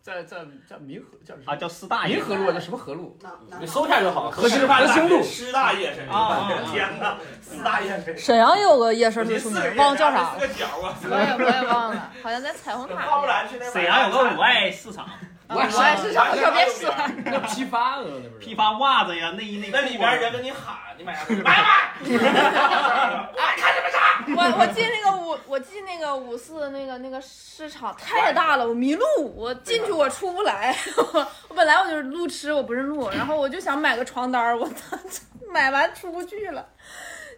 Speaker 3: 在在在民和叫什么
Speaker 5: 啊，叫四大爷
Speaker 3: 民河路啊，叫什么河路？
Speaker 4: 你搜一下就好。
Speaker 3: 河西河兴路
Speaker 4: 师大夜市啊！天哪，四大夜市，
Speaker 1: 沈阳也有个夜市特出
Speaker 4: 四个
Speaker 1: 名，忘了叫啥
Speaker 4: 四
Speaker 1: 了。
Speaker 4: 个角啊！
Speaker 2: 我也我也忘了，好像在彩虹塔。
Speaker 4: 包兰去那
Speaker 5: 沈阳有个五爱市场，
Speaker 2: 啊我爱市场特别喜欢。
Speaker 3: 那批发的那不是？
Speaker 5: 批发袜子呀、内衣内裤啊。
Speaker 4: 那里边人跟你喊，你买啥？买买！哎，看什么啥？
Speaker 2: 我我进那个五，我进那个五四那个那个市场太大了，我迷路，我进去我出不来。我我本来我就是路痴，我不认路，然后我就想买个床单儿，我 操，买完出不去了，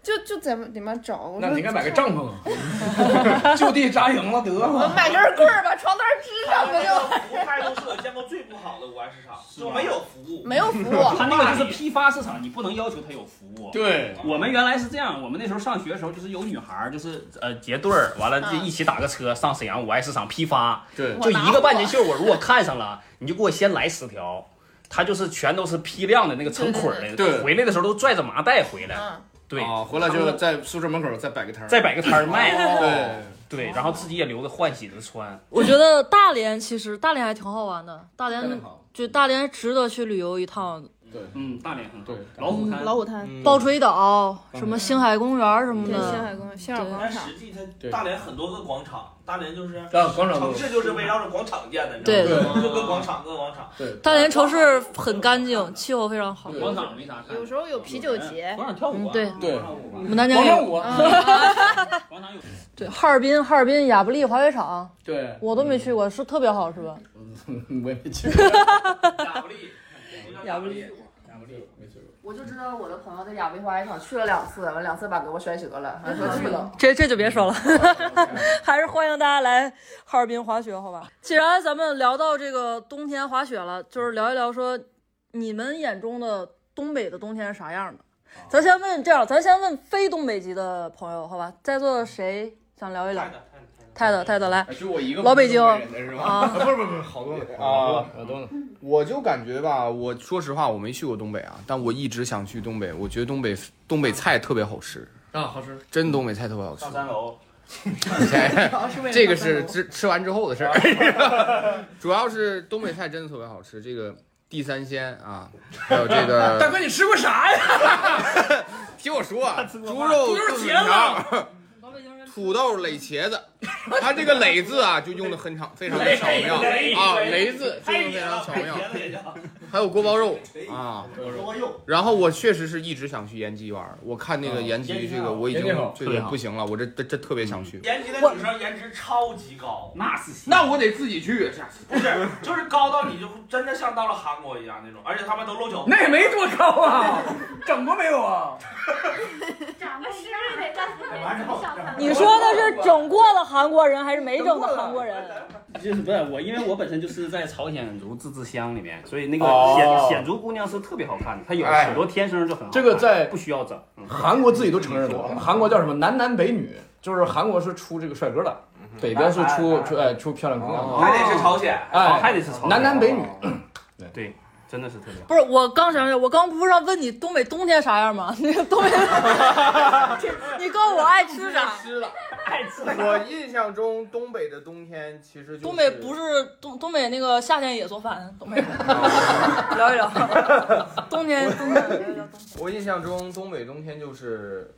Speaker 2: 就就怎么怎么找？我
Speaker 3: 那
Speaker 2: 说
Speaker 3: 你应该买个帐篷啊，就地扎营了得
Speaker 2: 我
Speaker 3: 了。
Speaker 2: 买根棍儿把床单儿支上不就？
Speaker 4: 服务态度是我见过最不好的五爱市场，就没有服务，
Speaker 2: 没有服务
Speaker 5: 他那个就是批发市场，你不能要求他有服务。
Speaker 3: 对
Speaker 4: 啊
Speaker 5: 我们原来是这样，我们那时候上学的时候，就是有女孩儿，就是呃结对儿，完了就一起打个车上沈阳五爱市场批发，
Speaker 3: 对
Speaker 5: 就一个半截袖儿，我如果看上了，你就给我先来十条，他就是全都是批量的那个成捆儿的，
Speaker 3: 对对对
Speaker 5: 回来的时候都拽着麻袋回来，
Speaker 2: 嗯
Speaker 5: 对，
Speaker 3: 啊，回来
Speaker 5: 他
Speaker 3: 就
Speaker 5: 们
Speaker 3: 在宿舍门口再摆个摊儿，
Speaker 5: 再摆个摊儿卖，
Speaker 3: 对，
Speaker 5: 对，然后自己也留着换洗着穿，
Speaker 1: 我觉得大连其实大连还挺好玩的，大
Speaker 3: 大连
Speaker 1: 连
Speaker 3: 好
Speaker 1: 就大连值得去旅游一趟，
Speaker 5: 嗯，大连很
Speaker 3: 对，
Speaker 5: 老虎滩，嗯
Speaker 2: 老虎滩、
Speaker 1: 抱锤岛、什么星海公园什么
Speaker 2: 嗯对，星海
Speaker 1: 的，
Speaker 2: 公园、星海广
Speaker 4: 但
Speaker 2: 场。
Speaker 4: 实际它
Speaker 3: 对
Speaker 4: 大连很多个广场，大连就是
Speaker 3: 啊广场
Speaker 4: 城市就是围绕着广场建的，你
Speaker 1: 对
Speaker 4: 知道
Speaker 3: 对
Speaker 4: 吗？就跟广场，跟广场。
Speaker 3: 对，
Speaker 1: 大连城市很干净，气候非常好。
Speaker 5: 广场没啥看，
Speaker 2: 有时候有啤酒节，
Speaker 5: 广场跳舞
Speaker 1: 嗯
Speaker 5: 啊，
Speaker 1: 对
Speaker 3: 对
Speaker 5: 广场舞啊
Speaker 1: 牡丹江
Speaker 3: 广
Speaker 1: 也
Speaker 3: 场
Speaker 1: 有，嗯
Speaker 3: 舞啊，
Speaker 5: 广场有。
Speaker 1: 对，哈尔滨哈尔滨亚布力滑雪场
Speaker 3: 对，
Speaker 1: 我都没去过，是特别好是吧？
Speaker 3: 嗯我也没 去过，
Speaker 4: 亚布力，
Speaker 1: 亚布力，
Speaker 3: 亚布力没去过。
Speaker 13: 我就知道我的朋友在亚维花一场去了两次，完两次把胳膊摔折了，还说去了。
Speaker 1: 这这就别说了， 还是欢迎大家来哈尔滨滑雪，好吧？既然咱们聊到这个冬天滑雪了，就是聊一聊说你们眼中的东北的冬天是啥样的？咱先问这样，咱先问非东北籍的朋友，好吧？在座的谁想聊一聊？泰德，泰德来，
Speaker 3: 就我一个
Speaker 1: 老北京
Speaker 3: 人是
Speaker 2: 哦
Speaker 3: 吧？
Speaker 1: 啊
Speaker 3: 不是不是不是，好多呢
Speaker 8: 啊
Speaker 3: 好多呢。
Speaker 8: 我就感觉吧，我说实话，我没去过东北啊，但我一直想去东北。我觉得东北东北菜特别好吃，
Speaker 3: 啊，好吃。
Speaker 8: 真东北菜特别好吃
Speaker 4: 上。三楼，
Speaker 8: 这个是吃 吃完之后的事 儿，主要是东北菜真的特别好吃。这个地三鲜啊，还有这
Speaker 3: 大
Speaker 8: 个，
Speaker 3: 哥，你吃过啥呀？
Speaker 8: 听我说啊，猪肉啊炖
Speaker 3: 猪肉
Speaker 8: 粉
Speaker 3: 茄子
Speaker 8: 肠，土豆垒茄子，它这个垒字啊，就用的很巧，非常的巧妙啊，垒字就用的非常巧妙。还有锅包肉啊，
Speaker 4: 多肉，
Speaker 8: 然后我确实是一直想去延吉玩儿，我看那个
Speaker 3: 嗯
Speaker 8: 延吉
Speaker 4: 延吉
Speaker 8: 这个
Speaker 4: 好
Speaker 8: 我已
Speaker 3: 延
Speaker 8: 经
Speaker 3: 吉好
Speaker 8: 这
Speaker 5: 特别
Speaker 8: 个
Speaker 5: 好
Speaker 8: 不行了，我这这这特别想去。
Speaker 4: 延吉的女生颜值超级高，
Speaker 5: 那是行
Speaker 8: 那我得自己去，
Speaker 4: 不是，就是高到你就真的像到了韩国一样那种，而且他们都露脚。
Speaker 3: 那也没多高啊，整过没有啊？
Speaker 9: 长得是得干死人
Speaker 1: 你说的是整过的韩国人还是没整的韩国人？
Speaker 5: 就是不是我，因为我本身就是在朝鲜族自治乡里面，所以那个
Speaker 3: 哦
Speaker 5: 显显族姑娘是特别好看的，她有
Speaker 3: 哎
Speaker 5: 很多天生就很好看
Speaker 3: 这个在
Speaker 5: 不需要整。嗯
Speaker 3: 韩国自己都承认了，韩国叫什么男男北女，就是韩国是出这个帅哥的，
Speaker 5: 嗯
Speaker 3: 北边是出出哎出漂亮姑娘的，
Speaker 4: 还得是朝鲜，
Speaker 5: 哦
Speaker 3: 哎，
Speaker 5: 还得是朝鲜
Speaker 3: 男男北女，
Speaker 5: 对，真的是特别好。
Speaker 1: 不是，我刚想起来，我刚不是让问你东北冬天啥样吗？ 那个东北，你告诉我爱吃啥？
Speaker 8: 吃了。
Speaker 5: 爱吃
Speaker 8: 我印象中东北的冬天其实就是
Speaker 1: 东北不是东东北那个夏天也做饭，东北人聊一聊，冬天冬天聊一聊。
Speaker 8: 我印象中东北冬天就是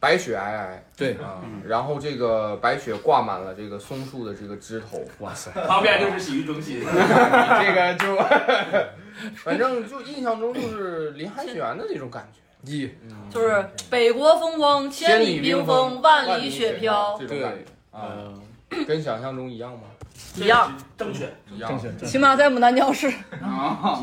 Speaker 8: 白雪皑皑，
Speaker 3: 对
Speaker 8: 啊，然后这个白雪挂满了这个松树的这个枝头，啊
Speaker 3: 哇塞，
Speaker 4: 旁边就是洗浴中心。
Speaker 8: 这个就， 反正就印象中就是林海雪原的那种感觉，嗯
Speaker 3: 一
Speaker 1: 就是北国风光，千
Speaker 8: 里
Speaker 1: 冰
Speaker 8: 封，
Speaker 1: 万
Speaker 8: 里
Speaker 1: 雪
Speaker 8: 飘这
Speaker 1: 飘，
Speaker 8: 种感觉啊，
Speaker 3: 呃，
Speaker 8: 跟想象中一样吗？
Speaker 1: 一样。
Speaker 4: 正确，
Speaker 8: 一样
Speaker 3: 正确，正确
Speaker 1: 起码在牡丹江市。
Speaker 8: 啊，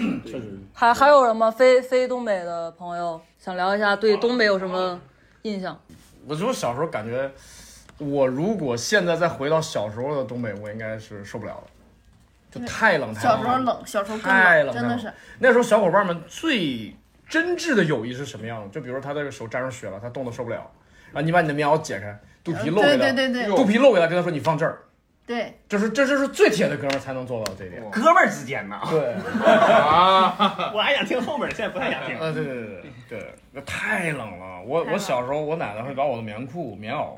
Speaker 3: 嗯确实
Speaker 1: 还还有人吗？非非东北的朋友想聊一下对东北有什么印象？
Speaker 3: 我就小时候感觉，我如果现在再回到小时候的东北，我应该是受不了了，就太冷太
Speaker 2: 小
Speaker 3: 冷。
Speaker 2: 时候冷，小时候更
Speaker 3: 太冷，
Speaker 2: 真的是。
Speaker 3: 那时候小伙伴们最真挚的友谊是什么样的？就比如他这个手沾上血了，他冻得受不了，然后你把你的棉袄解开，肚皮露给他，
Speaker 2: 对对对对
Speaker 3: 肚皮露给他，跟他说你放这儿，
Speaker 2: 对，
Speaker 3: 这是这就是最铁的哥们儿才能做到这一点。
Speaker 5: 哥们儿之间呢？
Speaker 3: 对，
Speaker 5: 啊，我还想听后面，现在不太想听。
Speaker 3: 啊，对对对对对，那太冷了。我
Speaker 5: 太冷
Speaker 3: 我小时候，我奶奶会把我的棉裤、棉袄，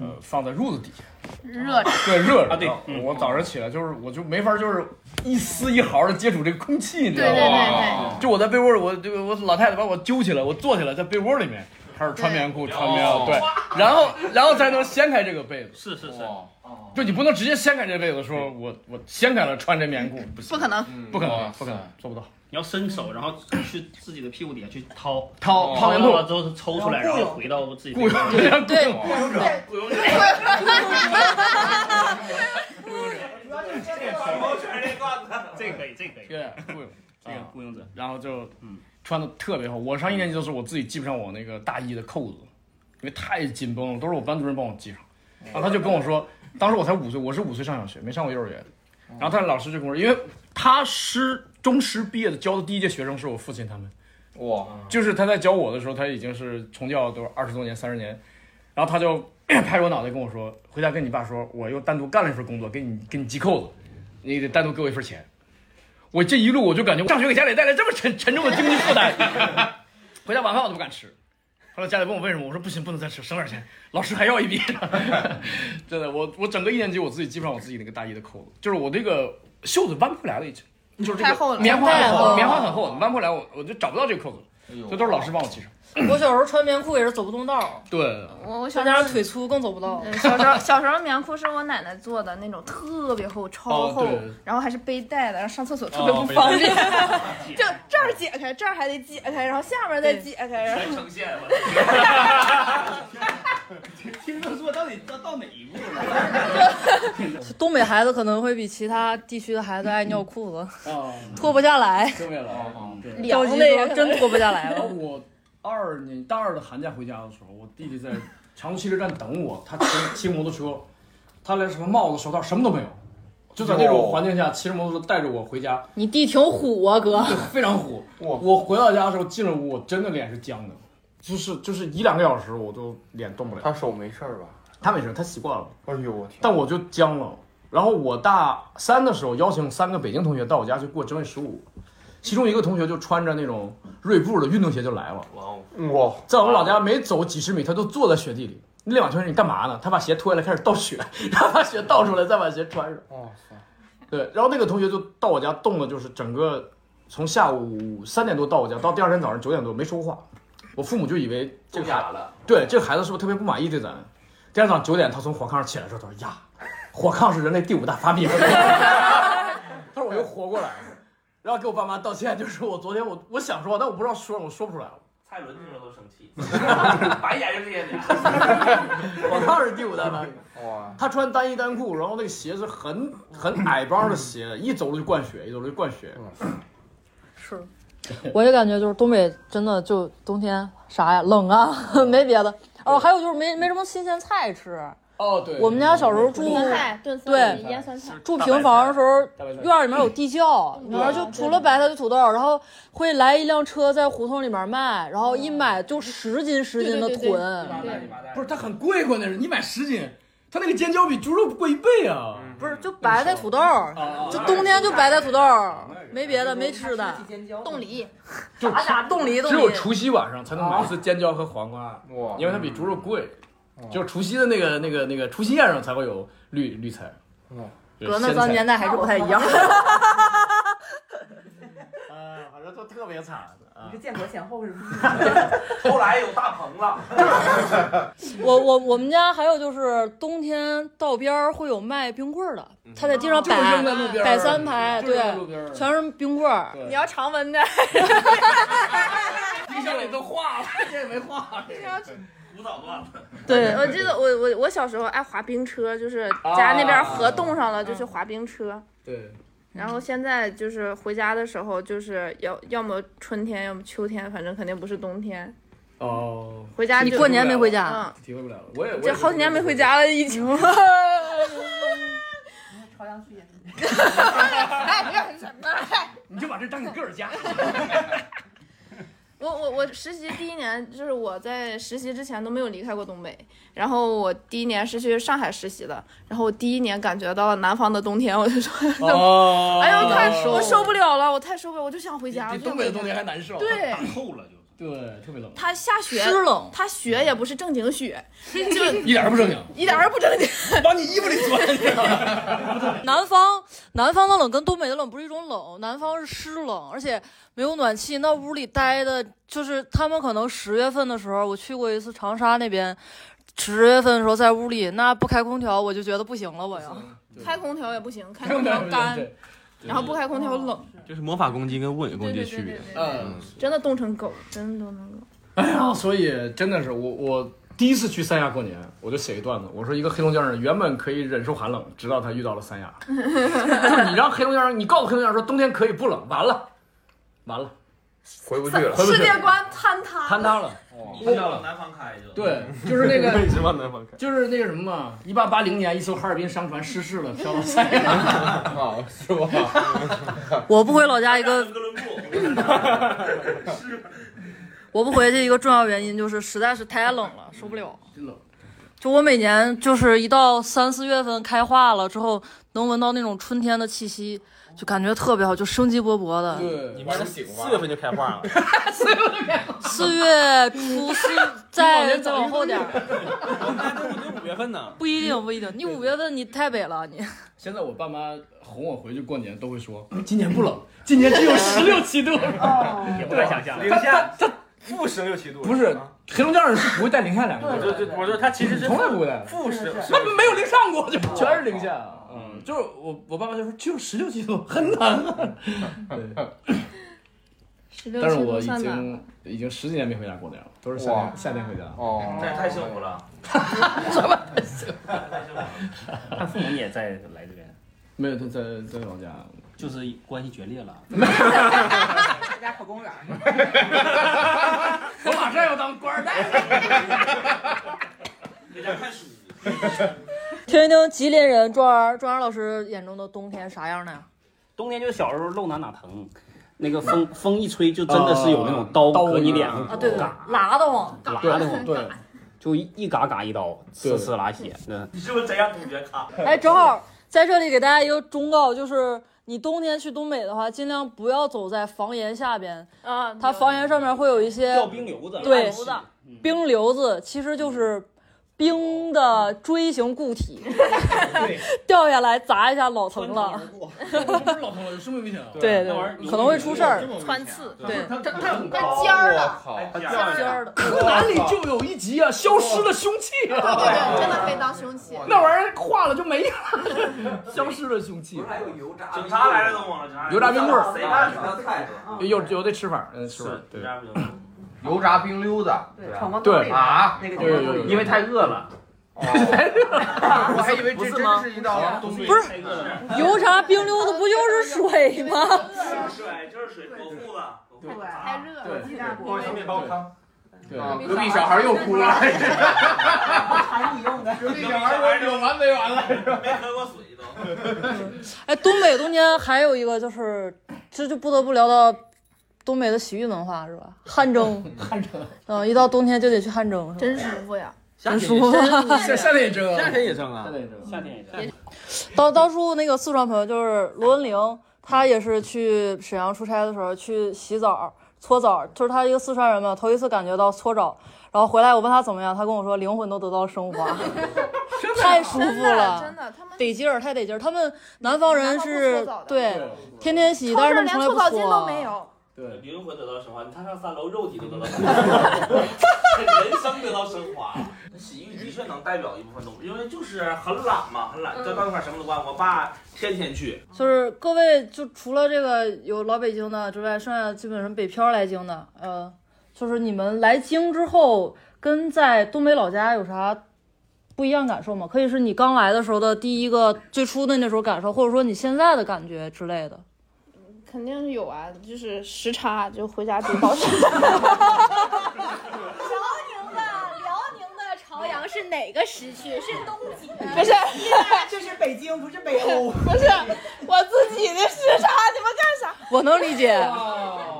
Speaker 3: 呃，放在褥子底下，
Speaker 2: 热着。
Speaker 3: 对，热着。
Speaker 5: 啊对
Speaker 3: 然后我早上起来就是，我就没法就是一丝一毫的接触这个空气，你知道吗？
Speaker 2: 对对对
Speaker 5: 哦
Speaker 3: 就我在被窝里，我这个我老太太把我揪起来，我坐起来在被窝里面开始穿棉裤、穿棉
Speaker 5: 哦
Speaker 3: 袄，对，然后然后才能掀开这个被子。
Speaker 5: 是是是，哦
Speaker 3: 对你不能直接掀开这被子，说我我掀开了穿这棉裤，不行，
Speaker 2: 不可能
Speaker 5: 嗯
Speaker 3: 嗯不可能，不可能，做不到。
Speaker 5: 你要伸手，然后去自己的屁股底下去掏
Speaker 3: 掏掏棉
Speaker 5: 完
Speaker 3: 裤
Speaker 5: 了之后抽出来，然后回到自己的
Speaker 3: 雇佣雇佣
Speaker 5: 对
Speaker 3: 雇佣者
Speaker 5: 对
Speaker 3: 雇佣者
Speaker 5: 这可以，这可以。
Speaker 3: 对，雇佣，
Speaker 5: 这个雇佣者。
Speaker 3: 然后就嗯穿的特别好。我上一年级的时候，我自己系不上我那个大衣的扣子，因为太紧绷了，都是我班主任帮我系上。然哦后他就跟我说，当时我才五岁，我是五岁上小学，没上过幼儿园。然后他老师就跟我说，因为他师中师毕业的教的第一届学生是我父亲他们，
Speaker 14: 哇，
Speaker 8: 哦
Speaker 3: 就是他在教我的时候，他已经是从教都二十多年、三十年，然后他就 拍着我脑袋跟我说，回家跟你爸说，我又单独干了一份工作，给你给你系扣子，你得单独给我一份钱。我这一路我就感觉上学给家里带来这么沉沉重的经济负担， 回家晚饭我都不敢吃。后来家里问我为什么，我说不行，不能再吃，省点钱，老师还要一笔。 真的，我我整个一年级我自己系不上我自己那个大衣的扣子，就是我这个袖子弯不来了，已经就是这
Speaker 2: 太厚
Speaker 3: 个
Speaker 2: 了
Speaker 3: 棉花
Speaker 2: 太
Speaker 3: 很
Speaker 2: 厚
Speaker 3: 厚，
Speaker 2: 了
Speaker 3: 棉花很厚，弯不来我我就找不到这个扣子，这都是老师帮我系上。
Speaker 1: 我小时候穿棉裤也是走不动道，
Speaker 3: 对，
Speaker 2: 我我小
Speaker 1: 再
Speaker 2: 时
Speaker 1: 加
Speaker 2: 候
Speaker 1: 上腿粗更走不到
Speaker 2: 嗯。小时候小时候棉裤是我奶奶做的那种特别厚，超
Speaker 1: 哦
Speaker 2: 厚，
Speaker 1: 对
Speaker 2: 然后还是背带的，然后上厕所特别
Speaker 1: 哦
Speaker 2: 不方
Speaker 1: 背
Speaker 2: 便，就这儿解开，这儿还得解开，然后下面再解开，然后
Speaker 14: 呈现我
Speaker 5: 听他说到底到到哪一步了？
Speaker 1: 东北孩子可能会比其他地区的孩子爱尿裤子，
Speaker 3: 啊，
Speaker 1: 脱不下来。
Speaker 3: 对了，
Speaker 1: 对着急说真脱不下来了
Speaker 3: 我二年大二的寒假回家的时候，我弟弟在长途汽车站等我，他骑骑摩托车，他连什么帽子、手套什么都没有，就在那种环境下骑着摩托车带着我回家，
Speaker 1: 你弟挺虎啊，哥，
Speaker 3: 非常虎。我回到家的时候进了屋，我真的脸是僵的，就是就是一两个小时我都脸动不了。他手没事吧？他没事，他习惯了。哎呦我天！但我就僵了。然后我大三的时候邀请三个北京同学到我家去过正月十五，其中一个同学就穿着那种锐步的运动鞋就来了。哇
Speaker 6: 哇！哦
Speaker 3: 在我们老家没走几十米，他就坐在雪地里。那两群人你干嘛呢？他把鞋脱下来开始倒雪， 然后把雪倒出来，再把鞋穿上。
Speaker 6: 哇
Speaker 3: 塞！对，然后那个同学就到我家冻的，就是整个从下午三点多到我家，到第二天早上九点多没说话。我父母就以为这个孩子，对这个孩子是不是特别不满意对咱？第二天早上九点，他从火炕上起来说：“他说呀，火炕是人类第五大发明。” 他说我又活过来了，然后给我爸妈道歉，就是我昨天我我想说，但我不知道说什么，我说不出来了。
Speaker 4: 蔡伦听着都生气，白眼就这些脸。
Speaker 3: 我看是第五代班。哇！他穿单衣单裤，然后那个鞋是很很矮帮的鞋，一走路就灌雪，一走路就灌雪。
Speaker 1: 是， 我也感觉就是东北真的就冬天啥呀，冷 啊，没别的。哦，还有就是没没什么新鲜菜吃。
Speaker 3: 哦，对
Speaker 1: 我们家小时候住
Speaker 15: 炖菜炖菜腌酸菜
Speaker 1: 对住平房的时候，院儿里面有地窖，
Speaker 15: 嗯
Speaker 1: 里面就除了白菜就土豆，然后会来一辆车在胡同里面卖，然后一买就十斤十斤的
Speaker 3: 对对对
Speaker 1: 囤。
Speaker 3: 不是，它很贵，关键是你买十斤，它那个尖椒比猪肉贵一倍啊！
Speaker 1: 不是，就白菜土豆，就冬天就白菜土豆，没别的，没吃的。
Speaker 2: 冻梨，
Speaker 3: 就
Speaker 1: 啥啥冻梨冻
Speaker 3: 只有
Speaker 1: 梨。
Speaker 3: 除夕晚上才能买一次尖椒和黄瓜，啊哇因为它比猪肉贵。就是除夕的那个、那个、那个除夕宴上才会有绿绿菜。就是
Speaker 1: 哥，那
Speaker 3: 鲜
Speaker 1: 咱
Speaker 3: 菜
Speaker 1: 年代还是不太一 样。
Speaker 3: 呃，反正都特别惨。啊你
Speaker 7: 是建国前后是吗？
Speaker 4: 后来有大棚 了，
Speaker 1: 我我我们家还有就是冬天道边儿会有卖冰棍儿的，他在地上
Speaker 2: 就是
Speaker 1: 摆
Speaker 2: 扔在路边儿
Speaker 1: 摆三排，
Speaker 2: 就是
Speaker 1: 对
Speaker 2: 扔在路边儿，
Speaker 1: 全是冰棍儿。
Speaker 2: 你要常 温的，
Speaker 3: 冰箱里都化了，这也没化。
Speaker 14: 古早段子。
Speaker 1: 对
Speaker 2: 我记得我我我小时候爱滑冰车，就是
Speaker 3: 啊
Speaker 2: 家那边河冻上了就去滑冰车，
Speaker 3: 对，
Speaker 2: 然后现在就是回家的时候就是要要么春天，要么秋天，反正肯定不是冬天。
Speaker 3: 哦，
Speaker 2: 回家
Speaker 1: 你过年没回家？
Speaker 3: 体会不了了，我也我
Speaker 2: 这
Speaker 3: 也
Speaker 2: 好几年没回家了，已经。
Speaker 7: 朝阳区也
Speaker 2: 哎，什么？
Speaker 3: 你就把这当你个儿家。
Speaker 2: 我我我实习第一年，就是我在实习之前都没有离开过东北。然后我第一年是去上海实习的，然后我第一年感觉到了南方的冬天，我就说，
Speaker 3: 哦
Speaker 2: 哎呦，太
Speaker 3: 受
Speaker 2: 我受不了了，我太受不了，我就想回家。
Speaker 3: 比
Speaker 2: 我就想
Speaker 3: 东北的
Speaker 2: 回
Speaker 3: 冬
Speaker 2: 家
Speaker 3: 天还难受，
Speaker 2: 对，
Speaker 3: 打透了就。对，特别冷，
Speaker 2: 它下雪，
Speaker 3: 湿冷，
Speaker 2: 它雪也不是正 经雪，就
Speaker 3: 一点儿不正经，
Speaker 2: 一点儿不正经，
Speaker 3: 往你衣服里钻。
Speaker 1: 南方南方的冷跟东北的冷不是一种冷，南方是湿冷，而且没有暖气，那屋里待的就是他们可能十月份的时候，我去过一次长沙那边，十月份的时候在屋里那不开空调我就觉得不行了，我要。
Speaker 2: 开空调也不行，开
Speaker 1: 开
Speaker 2: 空
Speaker 1: 空
Speaker 2: 调
Speaker 1: 调
Speaker 2: 干
Speaker 1: 对，
Speaker 2: 然后不开
Speaker 1: 哦
Speaker 2: 空调冷，
Speaker 6: 就是魔法攻击跟物理攻击的 区别
Speaker 2: 对对对对。对
Speaker 6: 嗯，
Speaker 2: 真的冻成狗，真的冻成狗。
Speaker 3: 哎呀，所以真的是我我第一次去三亚过年，我就写一段子，我说一个黑龙江人原本可以忍受寒冷，直到他遇到了三亚。就是你让黑龙江人，你告诉黑龙江人说冬天可以不冷，完了，完了，
Speaker 8: 回不
Speaker 3: 去了回不去
Speaker 15: 世
Speaker 3: 了
Speaker 15: 界观坍塌，
Speaker 3: 坍塌了。
Speaker 2: 哦
Speaker 4: 你就往南方开就。
Speaker 3: 对，就是那个，
Speaker 6: 一直往南方开。
Speaker 3: 就是那个什么嘛，一八八零年，一艘哈尔滨商船失事了，飘到三亚。啊，
Speaker 6: 哦
Speaker 3: 是吧？
Speaker 1: 我不回老家一个，我不回去一个重要原因就是实在是太冷了，受不了。
Speaker 3: 嗯
Speaker 1: 就我每年就是一到三四月份开化了之后，能闻到那种春天的气息，就感觉特别好，就生机勃勃
Speaker 6: 呃
Speaker 1: 的。
Speaker 6: 你们四月份就开 化了，
Speaker 1: 四月初四再再往后点儿，
Speaker 6: 五月份呢？
Speaker 1: 不一定不一定。你五月份你太北了，你
Speaker 3: 现在我爸妈哄我回去过年都会说， 今年不 冷，今年只有十六七度。
Speaker 6: 也
Speaker 3: 不敢想象
Speaker 6: 零下他负十六七度，
Speaker 3: 不是黑龙江人是不会带零下两个
Speaker 6: 我
Speaker 3: 字
Speaker 6: 就
Speaker 3: 的。
Speaker 6: 就我说他其实是嗯
Speaker 3: 从来不会带
Speaker 6: 负十，
Speaker 3: 那没有零上过，就全是零下。嗯，就是我我爸妈就说只有十六七度，很难 啊。
Speaker 2: 十
Speaker 3: 但是我 已经已经十几年没回家过年了，都是夏
Speaker 4: 哇
Speaker 3: 天夏天回家。哦
Speaker 4: 那也太幸 福了。
Speaker 5: 他父母也在来这边，
Speaker 3: 没有，他在在老家，
Speaker 5: 就是关系决裂 了。
Speaker 7: 大家跑公园儿。
Speaker 3: 我马上要当官儿
Speaker 4: 在家看书。
Speaker 1: 听一听吉林人庄儿庄儿老师眼中的冬天啥样的呀？
Speaker 5: 冬天就小时候漏哪哪疼，那个 风风一吹就真的是有那种刀割你脸
Speaker 1: 啊，对对，辣的慌，
Speaker 5: 嘎的那种，
Speaker 3: 啊对，
Speaker 5: 就一一嘎嘎一刀，呲呲拉血。那
Speaker 4: 你是不是真让同学看？
Speaker 1: 哎，正好在这里给大家一个忠告，就是你冬天去东北的话，尽量不要走在房檐下边
Speaker 2: 啊，
Speaker 1: 它房檐上面会有一些
Speaker 5: 掉冰瘤子
Speaker 1: 对
Speaker 5: 烂石，
Speaker 1: 冰瘤子其实就是冰的锥形固体，掉下来砸一下老疼了。
Speaker 3: 不是老朋友，有生命危险啊。
Speaker 1: 对对可能会出事儿
Speaker 2: 啊
Speaker 1: 穿刺对
Speaker 3: 它
Speaker 1: 它
Speaker 3: 它很
Speaker 1: 它
Speaker 3: 高
Speaker 1: 尖儿的
Speaker 3: 我靠
Speaker 1: 它
Speaker 3: 尖哎
Speaker 1: 尖儿的
Speaker 3: 柯南里就有一集啊，消失的凶器。对
Speaker 15: 对对，真的可以当凶器。
Speaker 3: 那玩意儿化了就没了， 消失了凶器。
Speaker 4: 警察来了都忘了，警察来了
Speaker 3: 油炸冰棍儿
Speaker 4: 谁干什么菜？
Speaker 3: 有有的吃法，嗯，吃法对。
Speaker 16: 油炸冰溜子，
Speaker 7: 对闯
Speaker 16: 过
Speaker 7: 关东那边
Speaker 16: 啊，
Speaker 7: 那个
Speaker 16: 对
Speaker 7: 地方
Speaker 16: 对对
Speaker 5: 因为太饿了。
Speaker 16: 我还以为这真是一道东北，不是
Speaker 1: 油炸冰溜子不就是水吗？
Speaker 7: 啊
Speaker 4: 水就是水，狗裤子，狗裤子
Speaker 15: 太热
Speaker 4: 了
Speaker 7: 鸡蛋
Speaker 4: 锅小面包糠。
Speaker 3: 对
Speaker 16: 啊，隔壁小孩又 哭了，
Speaker 7: 馋你用的。
Speaker 16: 隔壁小孩说有完没完了，
Speaker 4: 没喝过水 都。
Speaker 7: 嗯
Speaker 1: 哎，东北冬天还有一个就是，这就不得不聊到东北的洗浴文化是吧？汗蒸，
Speaker 3: 汗蒸，
Speaker 1: 嗯，一到冬天就得去汗蒸，
Speaker 2: 真舒服呀！
Speaker 1: 真舒服。
Speaker 3: 夏夏天也蒸啊，
Speaker 6: 夏天也蒸啊，
Speaker 3: 夏天也蒸，
Speaker 5: 夏天也蒸。
Speaker 1: 当当初那个四川朋友就是罗文玲，她也是去沈阳出差的时候去洗澡搓澡，就是她一个四川人嘛，头一次感觉到搓澡，然后回来我问她怎么样，她跟我说灵魂都得到了 升华，
Speaker 3: 啊
Speaker 1: 太舒服了
Speaker 2: 真。的，他们
Speaker 1: 得劲儿，太得劲儿！他们南方人
Speaker 2: 南方不
Speaker 1: 是
Speaker 2: 搓澡的
Speaker 1: 对天天洗，但是他
Speaker 2: 超市
Speaker 1: 们
Speaker 2: 连
Speaker 1: 从来
Speaker 2: 搓
Speaker 1: 不
Speaker 2: 澡巾都
Speaker 1: 搓。
Speaker 2: 没有。
Speaker 3: 对，
Speaker 4: 灵魂得到升华，你看上三楼，肉体都得到升 华，人生得到升华。洗浴的确能代表一部分东西，因为就是很懒嘛，很懒，在那块儿什么都干。我爸天天去，
Speaker 1: 就是各位，就除了这个有老北京的之外，剩下的基本上北漂来京的，呃，就是你们来京之后跟在东北老家有啥不一样感受吗？可以是你刚来的时候的第一个最初的那时候感受，或者说你现在的感觉之类的。
Speaker 2: 肯
Speaker 3: 嗯
Speaker 2: 定是有啊，就是时差，就回家得倒时差。
Speaker 17: 是哪个时区？是东几？
Speaker 2: 不是
Speaker 7: 哎这是北京，不是北欧。
Speaker 2: 不是 我自己的时差，你们干啥？
Speaker 1: 我能理解。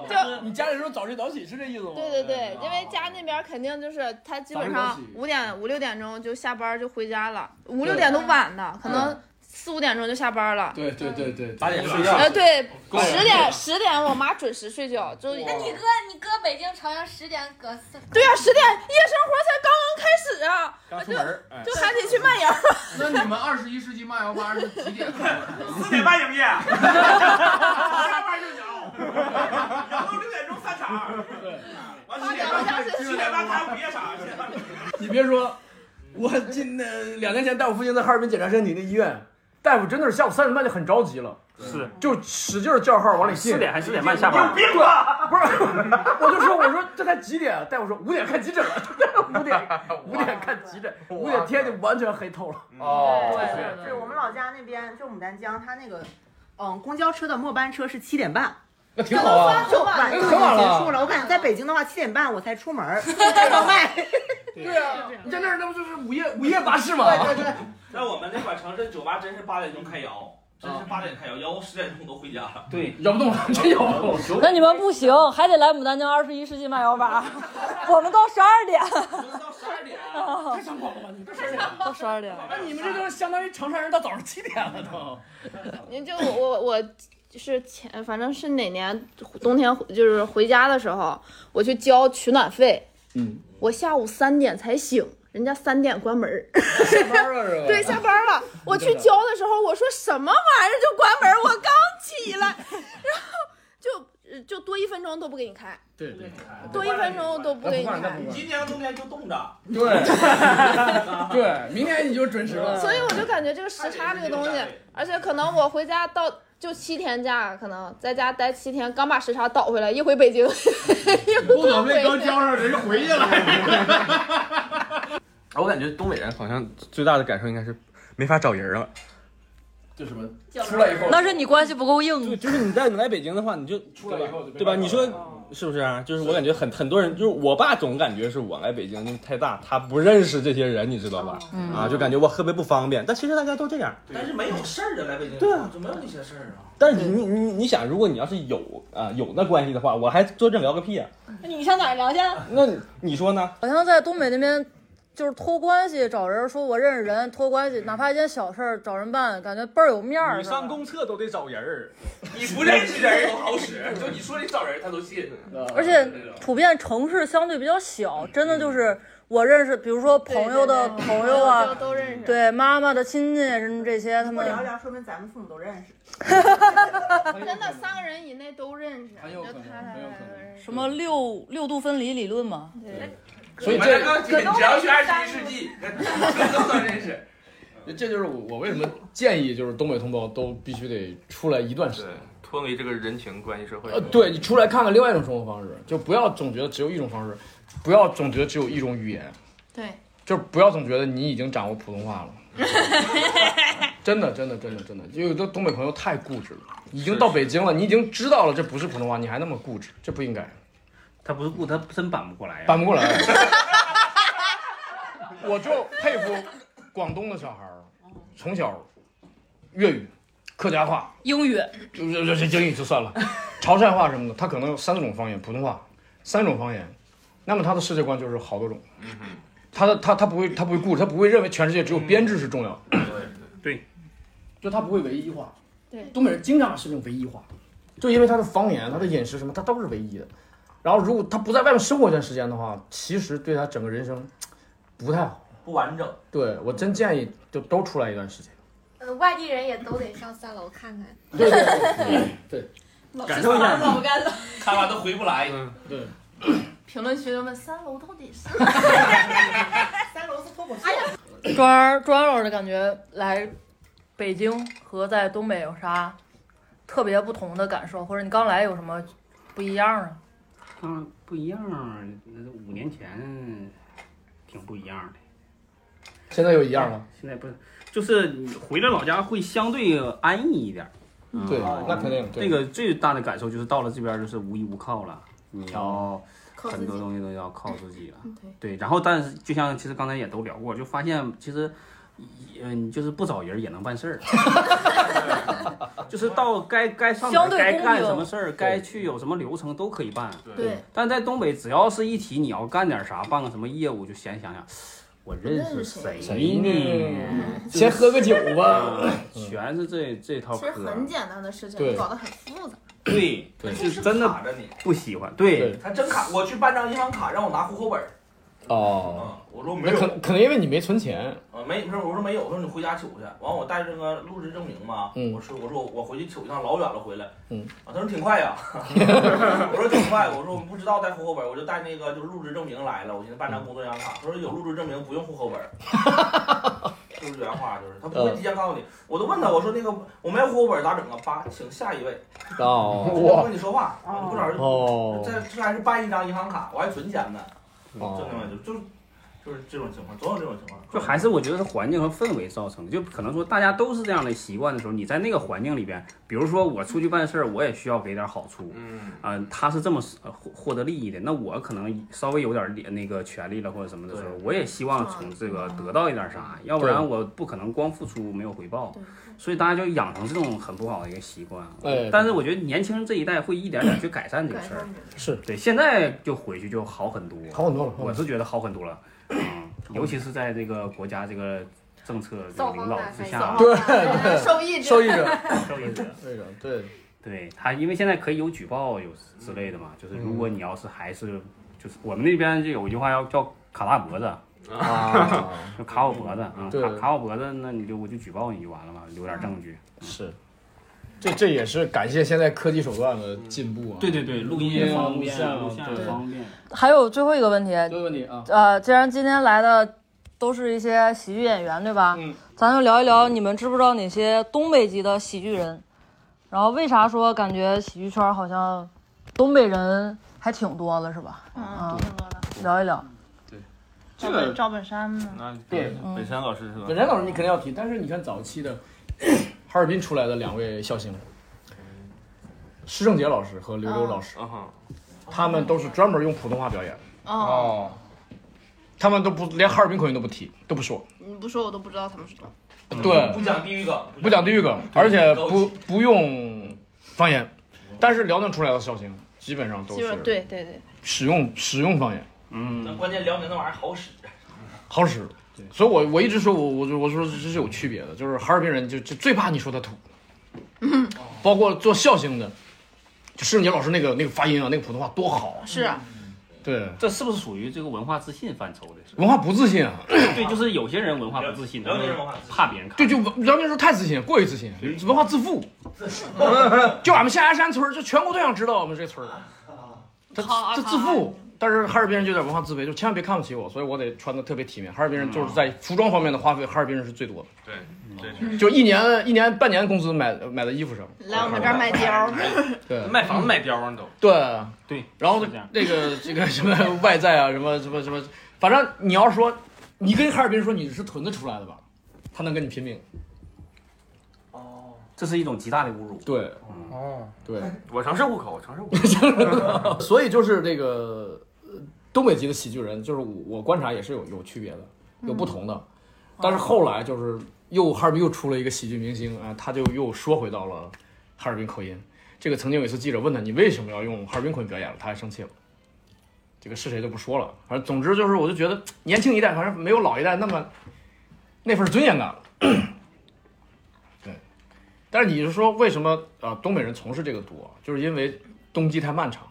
Speaker 3: 就你家里说早睡早起是这意思吗？
Speaker 2: 对对对，因为家那边肯定就是他基本上五点五六点钟就下班就回家了，五六点都晚的，可能四五点钟就下班了。
Speaker 3: 嗯对对对对，八点嗯睡
Speaker 2: 呃，对，十点十点我妈准时睡觉，就
Speaker 17: 那你哥你哥北京朝阳十点搁四。
Speaker 2: 对呀、啊，十点夜生活才刚刚开始啊，
Speaker 8: 刚出门
Speaker 2: 就还得去漫游。
Speaker 16: 那你们二十一世纪漫游吧是几点开门？
Speaker 4: 四点半营业，下班 就摇，摇到六点钟散场，完七点半七点半开午夜场，七点半。
Speaker 3: 你别说，我今呃两年前大夫附近在哈尔滨检查身体那医院，大夫真的是下午三点半就很着急了。
Speaker 5: 是，
Speaker 3: 就使劲叫号往里进，
Speaker 5: 四点还是四点半下班？
Speaker 4: 有病吧？
Speaker 3: 不是，我就说我说这才几点？啊大夫说五点看急诊了， 五点五点看急诊，五点天就完全黑透了。
Speaker 8: 哦，
Speaker 7: 对对，我们老家那边就牡丹江，它那个嗯公交车的末班车是七点半，
Speaker 3: 那挺好啊，
Speaker 7: 就晚就已经
Speaker 3: 很晚
Speaker 7: 结束了。我感觉在北京的话，七点半我才出门儿，开 到卖。
Speaker 3: 对啊，你在那儿那不就是午夜午夜巴士吗？
Speaker 7: 对对对。
Speaker 4: 在我 们那块城市，酒吧真是八点钟开摇。真是八点开摇，摇到十点钟都回家了。
Speaker 5: 对，
Speaker 3: 摇不动了，真摇不动。
Speaker 1: 那你们不行，还得来牡丹江二十一世纪漫游吧。 我们到十二点。
Speaker 4: 我们到十二点，
Speaker 1: 哦
Speaker 3: 太猖狂了吧？你们
Speaker 1: 太猖到十二点。
Speaker 3: 那你们这都相当于长沙人到早上七点了都。
Speaker 2: 你就我我我就是前，反正是哪年冬天就是回家的时候，我去交取暖费。
Speaker 3: 嗯。
Speaker 2: 我下午三点才醒。人家三点关门儿，
Speaker 3: 下班了是吧？
Speaker 2: 对，啊下班了。我去交的时候，我说什么玩意儿就关门儿？我刚起 来，然后就就多一分钟都不给你开，
Speaker 3: 对对，
Speaker 2: 多一分钟都啊不给你开。
Speaker 4: 今年冬天就冻着，
Speaker 3: 对对，明年你就准时了。
Speaker 2: 所以我就感觉这个时差这个东西，而且可能我回家到就七天假，可能在家待七天，刚把时差倒回来，一回北京，
Speaker 16: 户口费刚交上，人回去了。
Speaker 6: 我感觉东北人好像最大的感受应该是没法找人了，
Speaker 3: 就什么出来以后，
Speaker 1: 那是你关系不够硬。
Speaker 6: 对，就是 你在你来北京的话，你就
Speaker 3: 出来以后
Speaker 6: 对吧？你说是不是、啊？就是我感觉很很多人，就是我爸总感觉是我来北京太大，他不认识这些人，你知道吧？
Speaker 1: 嗯、
Speaker 6: 啊，就感觉我特别不方便。但其实大家都这样，
Speaker 4: 但是没有事儿啊，来北京
Speaker 6: 对啊，
Speaker 4: 就没有那些事儿啊。
Speaker 6: 但是你你你你想，如果你要是有啊、呃、有那关系的话，我还坐这聊个屁呀、
Speaker 1: 啊！那你上哪儿聊去？
Speaker 6: 那你说呢？
Speaker 1: 好像在东北那边。就是托关系找人，说我认识人，托关系，哪怕一件小事儿找人办，感觉倍儿有面儿。
Speaker 6: 你上公厕都得找人 儿，
Speaker 4: 你不认识人都好使，就你说你找人他都信。
Speaker 1: 嗯而且普遍城市相对比较小，真的就是我认识，比如说朋友的朋友啊，
Speaker 2: 都认识。
Speaker 1: 对妈妈的亲戚什么这些，他们
Speaker 7: 聊聊，说明咱们父母都认识。
Speaker 2: 真的，三个人以内都认识。
Speaker 3: 很有可能，很有可能。
Speaker 1: 什么六六度分离理论嘛？
Speaker 2: 对。
Speaker 3: 所以这
Speaker 4: 个只要去二十一世纪，都算认识。
Speaker 3: 这就是我我为什么建议就是东北同胞都必须得出来一段时间，
Speaker 6: 脱离这个人情关系社会。
Speaker 3: 呃，对你出来看看另外一种生活方式，就不要总觉得只有一种方式，不要总觉得只有一种语言。
Speaker 2: 对，
Speaker 3: 就是不要总觉得你已经掌握普通话了。 真的，真的，真的，真的，因为有的东北朋友太固执了，已经到北京了，你已经知道了这不是普通话，你还那么固执，这不应该。
Speaker 5: 他不是顾，他真扳不过来呀、啊，
Speaker 3: 扳不过来。我就佩服广东的小孩儿，从小粤语、客家话、
Speaker 1: 英语，
Speaker 3: 就这这英语就算了，潮汕话什么的，他可能有三四种方言，普通话三种方言，那么他的世界观就是好多种。
Speaker 5: 嗯
Speaker 3: 他的他他不会他不会固执，他不会认为全世界只有编制是重要的。
Speaker 6: 对
Speaker 5: 对，
Speaker 3: 就他不会唯一化。
Speaker 2: 对，
Speaker 3: 东北人经常把事情唯一化，就因为他的方言、他的饮食什么，他都是唯一的。然后，如果他不在外面生活一段时间的话，其实对他整个人生不太好，
Speaker 4: 不完整。
Speaker 3: 对我真建议，就都出来一段时间。
Speaker 17: 呃，外地人也都得上三楼看看。
Speaker 3: 对对对，
Speaker 4: 对啊感受一下，
Speaker 15: 老干了，
Speaker 4: 看完都回不来。
Speaker 3: 嗯，对。
Speaker 2: 评论区问三楼到底是？
Speaker 7: 三楼是脱口秀。哎呀，
Speaker 1: 庄儿庄老师的感觉来北京和在东北有啥特别不同的感受，或者你刚来有什么不一样啊？
Speaker 5: 嗯，不一样。五年前挺不一样的，
Speaker 3: 现在有一样吗？
Speaker 5: 现在不是，就是回了老家会相对安逸一点。
Speaker 3: 嗯、
Speaker 5: 啊
Speaker 3: 对，那肯定。嗯
Speaker 5: 这个最大的感受就是到了这边就是无依无靠了，你要
Speaker 2: 靠
Speaker 5: 很
Speaker 2: 自
Speaker 5: 多
Speaker 2: 己
Speaker 5: 东西都要靠自己了。
Speaker 2: 嗯
Speaker 5: 对，然后但是就像其实刚才也都聊过，就发现其实，嗯，就是不找人也能办事儿， 就是到该该上班
Speaker 4: 相对
Speaker 5: 该
Speaker 4: 公
Speaker 5: 干
Speaker 4: 平
Speaker 5: 什么事儿，该去有什么流程都可以办。
Speaker 4: 对，
Speaker 5: 但在东北，只要是一提你要干点啥，办个什么业务，就先想想。我认识谁呢？就是
Speaker 6: 先喝个酒吧
Speaker 5: 嗯全是这这套
Speaker 2: 其实
Speaker 5: 嗑
Speaker 2: 很简单的事情，
Speaker 5: 对
Speaker 2: 你搞得很复杂。
Speaker 5: 对，就是真的
Speaker 4: 卡着你，
Speaker 5: 不喜欢。对，
Speaker 4: 他真卡，我去办张银行卡，让我拿户口本儿，
Speaker 3: 哦，
Speaker 4: 我说没
Speaker 3: 那
Speaker 4: 有，
Speaker 3: 可可能因为你没存钱，
Speaker 4: 啊，没，不是，我说没有，我说你回家取去。完，我带着那个入职证明嘛，
Speaker 3: 嗯
Speaker 4: 我说我说我回去取一趟，老远了回来。
Speaker 3: 嗯，
Speaker 4: 啊，他说挺 快呀，我说挺快，我说我不知道带户口本，我就带那个就是入职证明来了，我寻思办张工作银行卡，他说有入职证明不用户口本，就是原话就是，他不会提前告诉你，我都问他，我说那个我没有户口本咋整啊？八，请下一位，
Speaker 3: 哦
Speaker 4: 我不跟你说话，
Speaker 3: 哇
Speaker 4: 你不找人，
Speaker 3: 哦
Speaker 4: 这这还是办一张银行卡，我还存钱呢，
Speaker 5: 哦
Speaker 4: 真的吗？就就就是这种情况，总有这种情况。
Speaker 5: 就还是我觉得是环境和氛围造成的，就可能说大家都是这样的习惯的时候，你在那个环境里边，比如说我出去办事儿，我也需要给点好处，
Speaker 4: 嗯，
Speaker 5: 啊、他是这么呃获获得利益的，那我可能稍微有点利那个权利了或者什么的时候，我也希望嗯从这个得到一点啥，要不然我不可能光付出没有回报，所以大家就养成这种很不好的一个习惯。啊
Speaker 3: 哎
Speaker 5: 但是我觉得年轻人这一代会一点点去改善这个事儿，
Speaker 3: 是
Speaker 5: 对，现在就回去就好很多，
Speaker 3: 好很多了
Speaker 5: 我是觉得好很多了，嗯，尤其是在这个国家这个政策这个领导之下，
Speaker 3: 对对，受益者，
Speaker 5: 受益者，
Speaker 3: 受益者，对，
Speaker 5: 对他，因为现在可以有举报有之类的嘛，就是如果你要是还是就是我们那边就有一句话要叫卡大脖子。
Speaker 3: 啊，
Speaker 5: 就卡我脖子啊、
Speaker 3: 对
Speaker 5: 卡卡我脖子，那你就我就举报你就完了嘛，留点证据。
Speaker 3: 是，这这也是感谢现在科技手段的进步啊，
Speaker 5: 对对对录音
Speaker 3: 啊
Speaker 5: 方便
Speaker 3: 录像
Speaker 5: 录
Speaker 3: 啊
Speaker 5: 像
Speaker 3: 对
Speaker 5: 方便，
Speaker 1: 还有最后一个问题，最
Speaker 3: 后一个问题啊，
Speaker 1: 呃，既然今天来的都是一些喜剧演员，对吧？嗯，咱就聊一聊你们知不知道哪些东北籍的喜剧人，然后为啥说感觉喜剧圈好像东北人还挺多的，是吧？嗯，聊一聊。
Speaker 3: 这个
Speaker 18: 赵本山嘛，
Speaker 3: 对
Speaker 18: 嗯
Speaker 3: 本
Speaker 4: 山老师是吧
Speaker 3: 本山老师你肯定要提，但是你看早期的哈尔滨出来的两位笑星，施正杰老师和刘洲老师，嗯他们都是专门用普通话表演的。
Speaker 2: 哦，
Speaker 3: 他们都不连哈尔滨口音都不提，都不说，
Speaker 2: 你不说我都不知道他们是多。
Speaker 3: 对，
Speaker 4: 嗯不讲地域梗，
Speaker 3: 不讲地域梗，而且不不用方言，但是辽宁出来的笑星基本上都
Speaker 2: 基本
Speaker 3: 是
Speaker 2: 上对对对，
Speaker 3: 使用使用方言，
Speaker 4: 那
Speaker 3: 嗯，
Speaker 4: 关键辽宁那玩意儿好使，
Speaker 3: 好使。所以我，我一直说，我我我说这是有区别的，就是哈尔滨人就就最怕你说他土，
Speaker 2: 嗯
Speaker 3: 包括做笑星的，就施正杰老师那个那个发音啊，那个普通话多好啊，
Speaker 2: 是啊
Speaker 3: 对，
Speaker 5: 这是不是属于这个文化自信范畴的？
Speaker 3: 文化不自信啊，
Speaker 5: 对，就是有些人文化不自信，他就怕别人看。
Speaker 3: 对，就辽宁人太自信，过于自信，文化自负。就俺们象牙山村儿，就全国都想知道我们这村儿。
Speaker 2: 啊
Speaker 3: 他他自负，但是哈尔滨人就有点文化自卑，就千万别看不起我，所以我得穿的特别体面。哈尔滨人就是在服装方面的花费，哈尔滨人是最多的，
Speaker 19: 对，
Speaker 3: 就一年一年半年工资买买的衣服上。
Speaker 2: 来我们这儿卖貂，
Speaker 3: 对，
Speaker 6: 卖房子卖貂啊，都
Speaker 3: 对
Speaker 5: 对，
Speaker 3: 然后那个这个什么 外在啊，什么什么什么，反正你要说你跟哈尔滨说你是屯子出来的吧，他能跟你拼命。
Speaker 5: 哦这是一种极大的侮辱。
Speaker 3: 对，
Speaker 6: 哦，
Speaker 3: 对，
Speaker 6: 我城市户口，我城市 户口。
Speaker 3: 所以就是这个呃东北籍的喜剧人，就是我我观察也是有有区别的，有不同的。
Speaker 6: 嗯
Speaker 3: 但是后来就是又哈尔滨又出了一个喜剧明星啊，他就又说回到了哈尔滨口音。这个曾经有一次记者问他，你为什么要用哈尔滨口音表演了？他还生气了。这个是谁就不说了，反正总之就是，我就觉得年轻一代反正没有老一代那么那份尊严感了。对，但是你是说为什么啊、呃东北人从事这个多，就是因为冬季太漫长。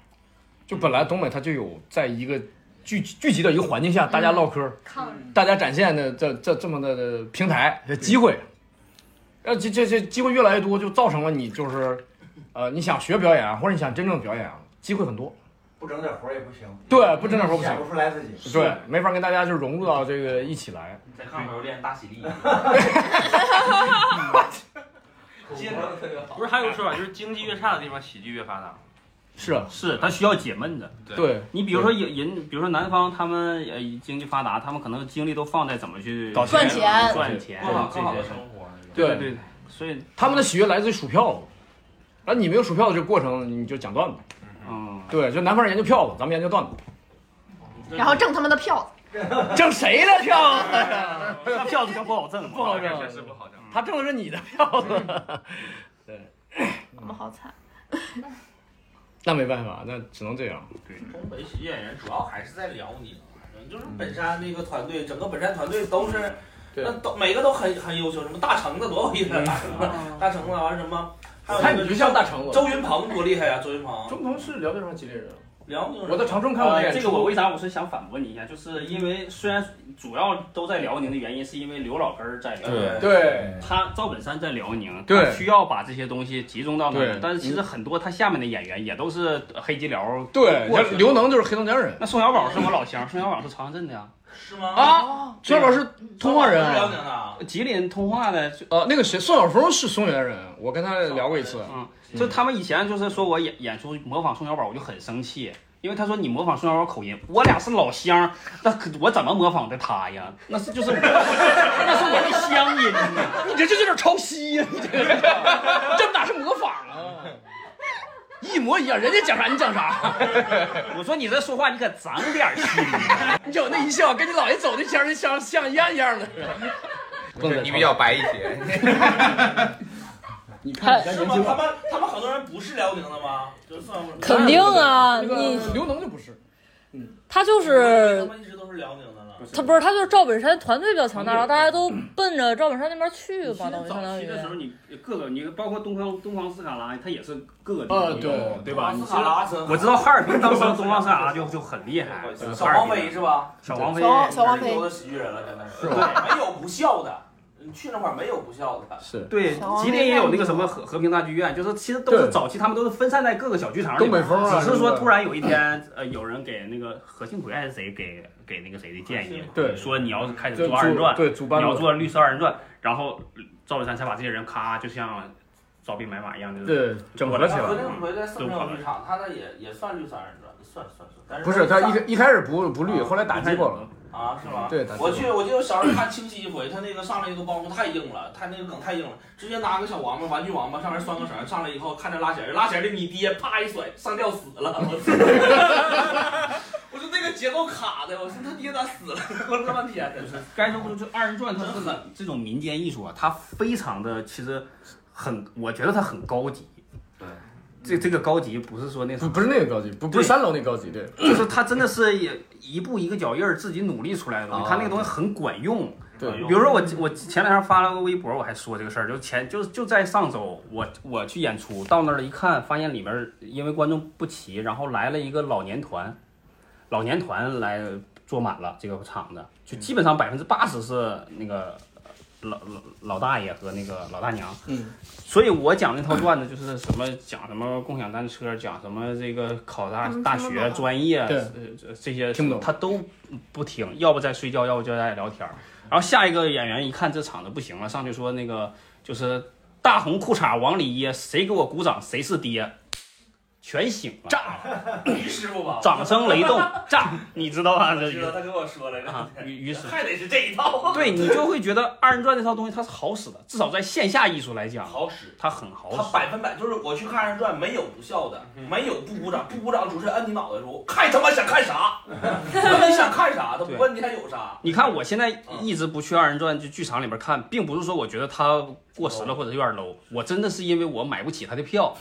Speaker 3: 就本来东北它就有在一个聚聚集到一个环境下，大家唠嗑，
Speaker 8: 嗯
Speaker 20: 靠着
Speaker 3: 大家展现的这这这么的的平台机会，呃，这这这机会越来越多，就造成了你就是，呃，你想学表演啊或者你想真正表演啊，机会很多。
Speaker 8: 不整点活儿也不行。
Speaker 3: 对，不整点活不行，
Speaker 8: 显不出来自己。
Speaker 3: 对，没法跟大家就融入到这个一起来。
Speaker 4: 在炕上练大喜力。
Speaker 8: 接着特别好
Speaker 4: 不
Speaker 8: 不是
Speaker 4: 是还
Speaker 8: 还
Speaker 4: 有
Speaker 8: 有
Speaker 4: 说
Speaker 8: 说
Speaker 4: 法，就是经济越差的地方，喜剧越发达。
Speaker 3: 是啊，
Speaker 5: 是他需要解闷的。
Speaker 3: 对
Speaker 5: 你比如说有人，比如说南方他们呃经济发达，他们可能精力都放在怎么去
Speaker 3: 搞钱
Speaker 5: 钱、
Speaker 3: 赚
Speaker 5: 赚钱、
Speaker 3: 钱过好
Speaker 5: 这
Speaker 3: 更好的
Speaker 5: 些
Speaker 3: 生
Speaker 5: 活。
Speaker 3: 对
Speaker 5: 对对，对所以
Speaker 3: 他们的喜悦来自于数票，而你没有数票的这个过程，你就讲段子。
Speaker 5: 嗯，
Speaker 3: 对，就南方人研究票子，咱们研究段子。
Speaker 2: 然后挣他们的票子。
Speaker 3: 挣谁的 票子
Speaker 5: 呀？票子可不好挣，
Speaker 3: 不好挣，
Speaker 5: 确实不好挣。嗯
Speaker 3: 他挣的是你的票子。对，
Speaker 2: 我们好惨。
Speaker 3: 那没办法，那只能这样。对，
Speaker 4: 东北喜剧演员主要还是在辽宁，就是本山那个团队，整个本山团队都是，那都每个都很很优秀，什么大橙子多有意思，大橙子，
Speaker 2: 哦
Speaker 4: 大橙子完什么，还有
Speaker 3: 看
Speaker 4: 那
Speaker 3: 你
Speaker 4: 个
Speaker 3: 就像大橙子。
Speaker 4: 周云鹏多厉害啊呀，周云鹏，
Speaker 3: 周云鹏是辽宁上吉林人。
Speaker 4: 辽宁人，
Speaker 3: 我在长春看过他演出
Speaker 5: 呃这个我为啥我是想反驳你一下，就是因为虽然主要都在辽宁的原因，是因为刘老根儿在辽宁，
Speaker 3: 对对
Speaker 5: 他赵本山在辽宁，
Speaker 3: 对
Speaker 5: 他需要把这些东西集中到那
Speaker 3: 对
Speaker 5: 里，但是其实很多他下面的演员也都是黑吉辽，
Speaker 3: 对，像刘能就是黑龙江人。
Speaker 5: 那宋小宝是我老乡，宋小宝是长安镇的呀，
Speaker 4: 是吗？
Speaker 3: 啊，宋小宝是
Speaker 5: 嗯
Speaker 3: 通化
Speaker 4: 啊
Speaker 3: 人，啊
Speaker 5: 辽宁 的，啊吉林通化的。
Speaker 3: 呃，那个谁，宋晓峰是松原人，我跟他聊过一次。
Speaker 5: 嗯，就他们以前就是说我演演出模仿宋小宝，我就很生气，因为他说你模仿宋小宝口音，我俩是老乡，那可我怎么模仿的他呀？那是 就是我，那是我的乡音呐。
Speaker 3: 你这这有点抄袭呀！你这这哪是模仿啊？一模一样，人家讲啥你讲啥。
Speaker 5: 我说你这说话你可长点心，
Speaker 3: 你瞅那一笑，跟你姥爷走那乡像像一样一样的。
Speaker 8: 不是你比较白一些。
Speaker 3: 你
Speaker 8: 看
Speaker 4: 是吗？他们他们很多人不是辽宁的吗？就是算不是
Speaker 1: 肯定啊，
Speaker 4: 那个
Speaker 1: 你
Speaker 3: 刘能就不是，
Speaker 1: 他就
Speaker 4: 他
Speaker 1: 是
Speaker 4: 们一直都是辽宁的了。
Speaker 1: 他不是他就是赵本山团队比较强大，然后大家都奔着赵本山那边去嘛，等于相当
Speaker 5: 期
Speaker 1: 于
Speaker 5: 的时候，你各个你包括东方东方斯卡拉，他也是各个地
Speaker 3: 呃
Speaker 5: 方
Speaker 3: 对
Speaker 5: 对吧？
Speaker 3: 东
Speaker 5: 你知
Speaker 3: 方斯卡
Speaker 5: 道
Speaker 3: 拉是
Speaker 5: 我知道哈尔滨当时东方斯卡拉就就很厉害，
Speaker 3: 呃
Speaker 4: 小王菲是吧？
Speaker 5: 小王菲，
Speaker 4: 小王非，的喜剧人了，真的是，对，没有不笑的。你去那块儿没有不笑的，
Speaker 3: 是
Speaker 5: 对，吉林也有那个什么和和平大剧院，就是其实都是早期他们都是分散在各个小剧场里面，
Speaker 3: 东北风啊
Speaker 5: 只是
Speaker 3: 什么
Speaker 5: 说
Speaker 3: 的
Speaker 5: 突然有一天，呃，有人给那个何庆魁还是谁给给那个谁的建议，
Speaker 3: 对
Speaker 5: 说你要是开始
Speaker 3: 就
Speaker 5: 做二人
Speaker 3: 主
Speaker 5: 转，
Speaker 3: 对主办
Speaker 5: 你要
Speaker 3: 的
Speaker 5: 做律师二人转，然后赵本山才把这些人咔就像招兵买马一样，就是
Speaker 3: 对整合
Speaker 5: 过
Speaker 3: 起来
Speaker 4: 何
Speaker 5: 了
Speaker 4: 庆魁在四
Speaker 5: 都跑
Speaker 4: 川
Speaker 5: 了
Speaker 4: 有剧场，他那也也算绿色二人转，算算算，但是
Speaker 3: 不是他一开一开始不不绿，后来打击过了。
Speaker 4: 啊，是吗？
Speaker 3: 对打击过
Speaker 4: 我去，我记得我小时候看《清晰》一回，他那个上来一个包袱太硬了，他那个梗太硬了，直接拿个小王八玩具王八上面拴个绳，上来以后看着拉弦儿，拉弦儿的你爹啪一甩上吊死了，我操！我说那个节奏卡的，我说他爹咋死了？ 我说半天真是。
Speaker 5: 该说不说，就二人转它这个这种民间艺术啊，它非常的其实很，我觉得它很高级。
Speaker 3: 对，
Speaker 5: 这这个高级不是说那啥
Speaker 3: 不不是那个高级，不不是
Speaker 5: 对
Speaker 3: 三楼那高级，对，
Speaker 5: 就是它真的是也一步一个脚印儿自己努力出来的东西，
Speaker 3: 啊
Speaker 5: 它那个东西很管用。
Speaker 3: 对
Speaker 5: 比如说我我前两天发了个微博，我还说这个事儿，就前就就在上周，我我去演出到那儿一看，发现里面儿因为观众不齐，然后来了一个老年团，老年团来坐满了这个场子，就基本上百分之八十是那个呃老老老大爷和那个老大娘。
Speaker 3: 嗯，
Speaker 5: 所以我讲那套段子就是什么讲什么共享单车，讲什么这个考大
Speaker 3: 他们听不懂
Speaker 5: 大学专业，
Speaker 3: 对
Speaker 5: 呃这这些听不懂，他都不听，要不在睡觉，要不就在聊天儿。然后下一个演员一看这场子不行了，上去说那个就是大红裤衩往里掖，谁给我鼓掌谁是爹，全醒了，炸了，
Speaker 4: 于师傅吧，
Speaker 5: 掌声雷 动，炸，你知道吧？这
Speaker 4: 我知道他跟我说来着，
Speaker 5: 于于是
Speaker 4: 还得是这一套。
Speaker 5: 对你就会觉得二人转这套东西它是好使的，至少在线下艺术来讲，
Speaker 4: 好使，
Speaker 5: 它很好
Speaker 4: 他
Speaker 5: 使。
Speaker 4: 百分百就是我去看《二人转》，没有不笑的，
Speaker 5: 嗯
Speaker 4: 没有不鼓掌，不鼓掌主持人摁你脑袋说，看他妈想 看啥，问你想看啥，他不问你还有啥。
Speaker 5: 你看我现在一直不去二人转就剧场里边看，并不是说我觉得它过时了或者有点 low，我真的是因为我买不起它的 票。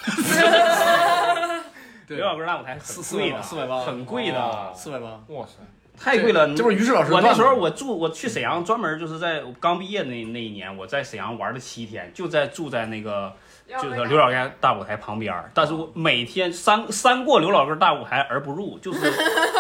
Speaker 3: 对
Speaker 5: 刘老根大舞台很
Speaker 3: 四
Speaker 5: 贵的，
Speaker 3: 四百八
Speaker 5: 很贵
Speaker 3: 哦
Speaker 5: 的，
Speaker 3: 四百八，哇塞，
Speaker 5: 太贵了。
Speaker 3: 这不是于适老师的
Speaker 5: 我那
Speaker 3: 段
Speaker 5: 时
Speaker 3: 子
Speaker 5: 候
Speaker 3: 吗
Speaker 5: 我住我去沈阳，专门就是在我刚毕业那那一年，我在沈阳玩了七天，就在住在那个就是刘老根大舞台旁边儿，但是我每天三三过刘老根大舞台而不入， 就是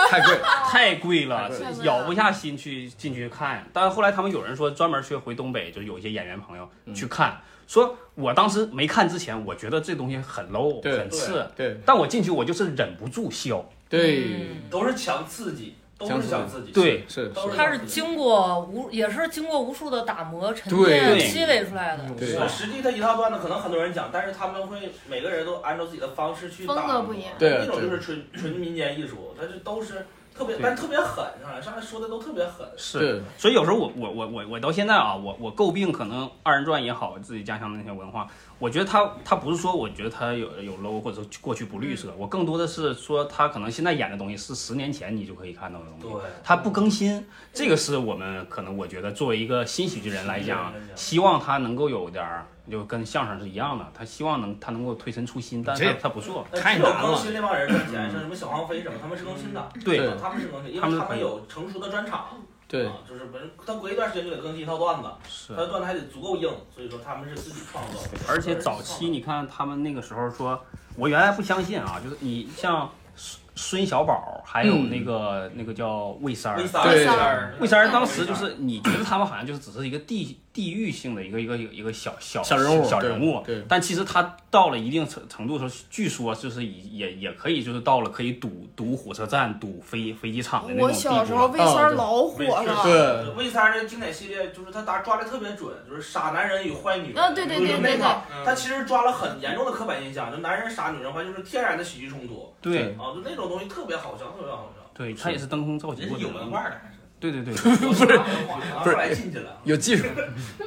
Speaker 5: 太贵太贵了，
Speaker 3: 太贵了
Speaker 5: 是咬不下心去进去看。但是后来他们有人说专门去回东北，就有一些演员朋友
Speaker 3: 嗯
Speaker 5: 去看，说我当时没看之前，我觉得这东西很 low
Speaker 3: 对
Speaker 5: 很次，
Speaker 3: 对对
Speaker 5: 但我进去我就是忍不住笑，
Speaker 3: 对，
Speaker 5: 嗯
Speaker 4: 都是强刺激，都是强刺激。
Speaker 5: 对
Speaker 3: 是
Speaker 4: 都是
Speaker 21: 他是经过无，也是经过无数的打磨、沉淀、
Speaker 4: 对
Speaker 21: 积累出来的。
Speaker 4: 是实际他一套段子可能很多人讲，但是他们会每个人都按照自己的方式去打
Speaker 21: 风格不一样
Speaker 4: 一种就是纯纯民间艺术，它这都是特别，但特别狠，上来上来说的都特别狠。
Speaker 5: 是，所以有时候我我我我我到现在啊，我我诟病可能二人转也好，自己家乡的那些文化，我觉得他他不是说我觉得他有有 low 或者说过去不绿
Speaker 4: 嗯
Speaker 5: 色，我更多的是说他可能现在演的东西是十年前你就可以看到的东西，他不更新，这个是我们可能我觉得作为一个新喜剧人来讲，希望他能够有点儿。就跟相声是一样的，他希望能他能够推陈出新，但是他
Speaker 4: 这
Speaker 5: 他不做，
Speaker 4: 呃
Speaker 5: 太
Speaker 4: 只
Speaker 5: 难
Speaker 4: 有
Speaker 5: 了。嗯
Speaker 4: 更新那帮人挣钱，像什么小黄飞什么，他们是更新的，
Speaker 5: 对
Speaker 4: 啊他们是更新，因为
Speaker 5: 他们
Speaker 4: 他们有成熟的专场，
Speaker 3: 对
Speaker 4: 啊，就是不是他隔一段时间就得更新一套段子，
Speaker 5: 是
Speaker 4: 他的段子还得足够硬，所以说他们是自己创作，
Speaker 5: 而且早期你看他们那个时候说，我原来不相信啊，就是你像孙孙小宝，还有那个、那个叫魏三儿，
Speaker 4: 魏三儿对魏三
Speaker 5: 儿
Speaker 4: 儿，
Speaker 5: 魏三儿当时就是你觉得他们好像就是只是一个地地域性的一个一个一个小小
Speaker 3: 小人物
Speaker 5: 小人物，
Speaker 3: 对对
Speaker 5: 但其实他到了一定程程度的时候，据说就是也也也可以就是到了可以堵堵火车站、堵飞飞机场的那种
Speaker 2: 我
Speaker 5: 地步
Speaker 2: 小时
Speaker 5: 了
Speaker 2: 候魏
Speaker 4: 啊
Speaker 2: 三儿老
Speaker 4: 哦
Speaker 2: 火了，
Speaker 5: 对
Speaker 4: 魏三儿这个经典系列就是他打抓的特别准，就是傻男人与坏女人。
Speaker 2: 啊对对对
Speaker 4: 就是
Speaker 2: 对
Speaker 4: 那
Speaker 2: 对
Speaker 4: 套他其实抓了很严重的刻板印象，就男人傻，女人坏，就是天然的喜剧冲突。
Speaker 5: 对
Speaker 4: 啊，就那种东西特别好笑，特别好笑。
Speaker 5: 对他也是登峰造极
Speaker 4: 人
Speaker 5: 过
Speaker 4: 是
Speaker 5: 的
Speaker 4: 有
Speaker 5: 人物
Speaker 4: 文化的，还是
Speaker 5: 对对对，
Speaker 4: 不是不啊是后来进去了
Speaker 3: 有技术，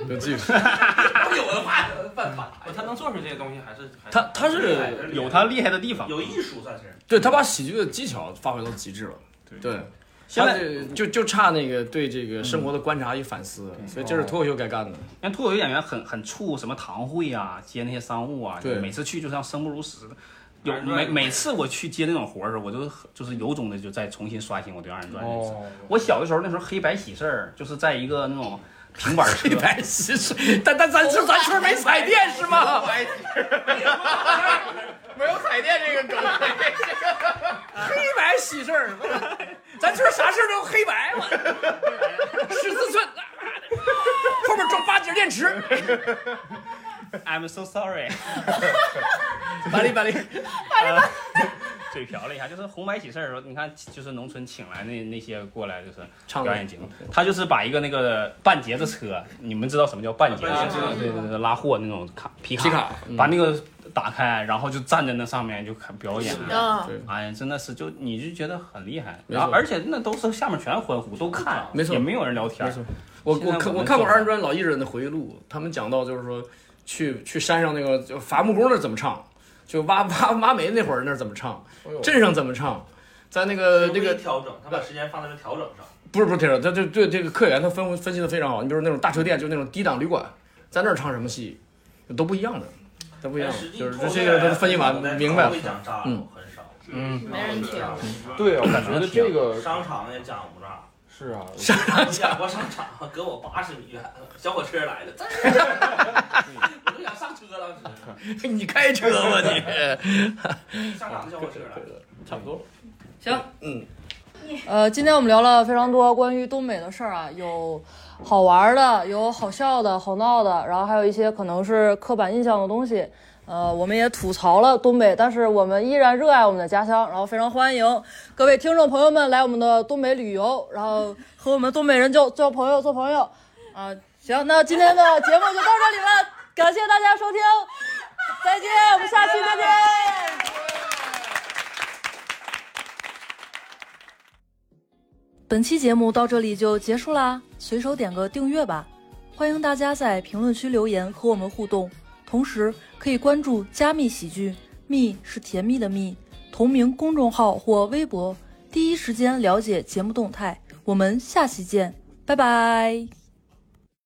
Speaker 3: 有技术。
Speaker 4: 有文化的办法。
Speaker 2: 嗯
Speaker 22: 他能做出这些东西，还是
Speaker 3: 他他是有他厉害
Speaker 5: 的地方，
Speaker 4: 有艺术算是。
Speaker 3: 对他把喜剧的技巧发挥到极致了。对，
Speaker 5: 现在
Speaker 3: 他这就就差那个对这个生活的观察与反思，
Speaker 5: 嗯
Speaker 3: 所以这是脱口秀该干的。
Speaker 5: 因为脱口秀演员很很怵什么堂会啊，接那些商务啊，
Speaker 3: 对
Speaker 5: 每次去就像生不如死的。有
Speaker 3: 二人
Speaker 5: 每
Speaker 3: 转
Speaker 5: 每次我去接那种活儿的时候，我都很就是由衷的就再重新刷新我对二人转的认识
Speaker 3: 哦。
Speaker 5: 我小的时候那时候黑白喜事儿，就是在一个那种平板 车。黑白
Speaker 3: 喜事，但但咱是咱村没彩电 是吗？没有彩电这个梗，黑白喜事儿， 咱村啥事儿都用黑白嘛，十四寸，啊后面装八节电池。
Speaker 5: I'm so sorry。 啊
Speaker 3: 巴黎巴黎，
Speaker 5: 嘴瓢了一下，就是红白喜事儿的时候，你看就是农村请来那那些过来就是
Speaker 3: 唱
Speaker 5: 表演节目，他就是把一个那个半截子车，
Speaker 4: 嗯
Speaker 5: 你们知道什么叫半截子
Speaker 3: 半截
Speaker 5: 车
Speaker 3: 子？
Speaker 5: 对对对，拉货那种卡皮
Speaker 3: 皮卡嗯
Speaker 5: 把那个打开，然后就站在那上面就看表演
Speaker 3: 是的对。
Speaker 5: 哎呀，真的是就你就觉得很厉害，
Speaker 3: 没错
Speaker 5: 然后而且那都是下面全欢呼，都看，
Speaker 3: 没错
Speaker 5: 也没有人聊天
Speaker 3: 没。错我
Speaker 5: 现在
Speaker 3: 我看
Speaker 5: 我
Speaker 3: 我
Speaker 5: 们
Speaker 3: 看过
Speaker 5: 做
Speaker 3: 二人转老艺人的回忆录，他们讲到就是说，去去山上那个就伐木工那儿怎么唱，就挖 挖挖煤那会儿那儿怎么唱
Speaker 4: 哎呦，
Speaker 3: 镇上怎么唱，在那个那
Speaker 4: 一
Speaker 3: 个
Speaker 4: 调整，他把时间放在了调整上。
Speaker 3: 不是不是听着，他就对这个客源他分分析的非常好。你比如那种大车店，就那种低档旅馆，在那儿唱什么戏，都不一样的，都不一样
Speaker 4: 哎但实。际
Speaker 3: 就是
Speaker 4: 脱口
Speaker 3: 这个
Speaker 4: 秀
Speaker 3: 都分析完
Speaker 4: 演员
Speaker 3: 明白了
Speaker 4: 会讲炸，
Speaker 3: 嗯，
Speaker 4: 很少，
Speaker 3: 嗯
Speaker 4: 没人听。
Speaker 3: 对啊我感觉这个
Speaker 4: 商场也讲不炸。
Speaker 3: 是啊，
Speaker 4: 商场讲过商场，隔我八十米远，小火车 来了，我都想上车了。
Speaker 3: 你开车吧 你
Speaker 4: 商场的小火车来了，
Speaker 3: 差不多。
Speaker 23: 行，
Speaker 3: 嗯，
Speaker 1: 呃，今天我们聊了非常多关于东北的事儿啊，有好玩的，有好笑的、好闹的，然后还有一些可能是刻板印象的东西。呃，我们也吐槽了东北，但是我们依然热爱我们的家乡，然后非常欢迎各位听众朋友们来我们的东北旅游，然后和我们东北人就交朋友、做朋友。啊、行，那今天的节目就到这里了，感谢大家收听，再见，我们下期再见。
Speaker 23: 本期节目到这里就结束啦，随手点个订阅吧。欢迎大家在评论区留言和我们互动，同时可以关注加密喜剧，密是甜蜜的蜜，同名公众号或微博，第一时间了解节目动态。我们下期见，拜拜。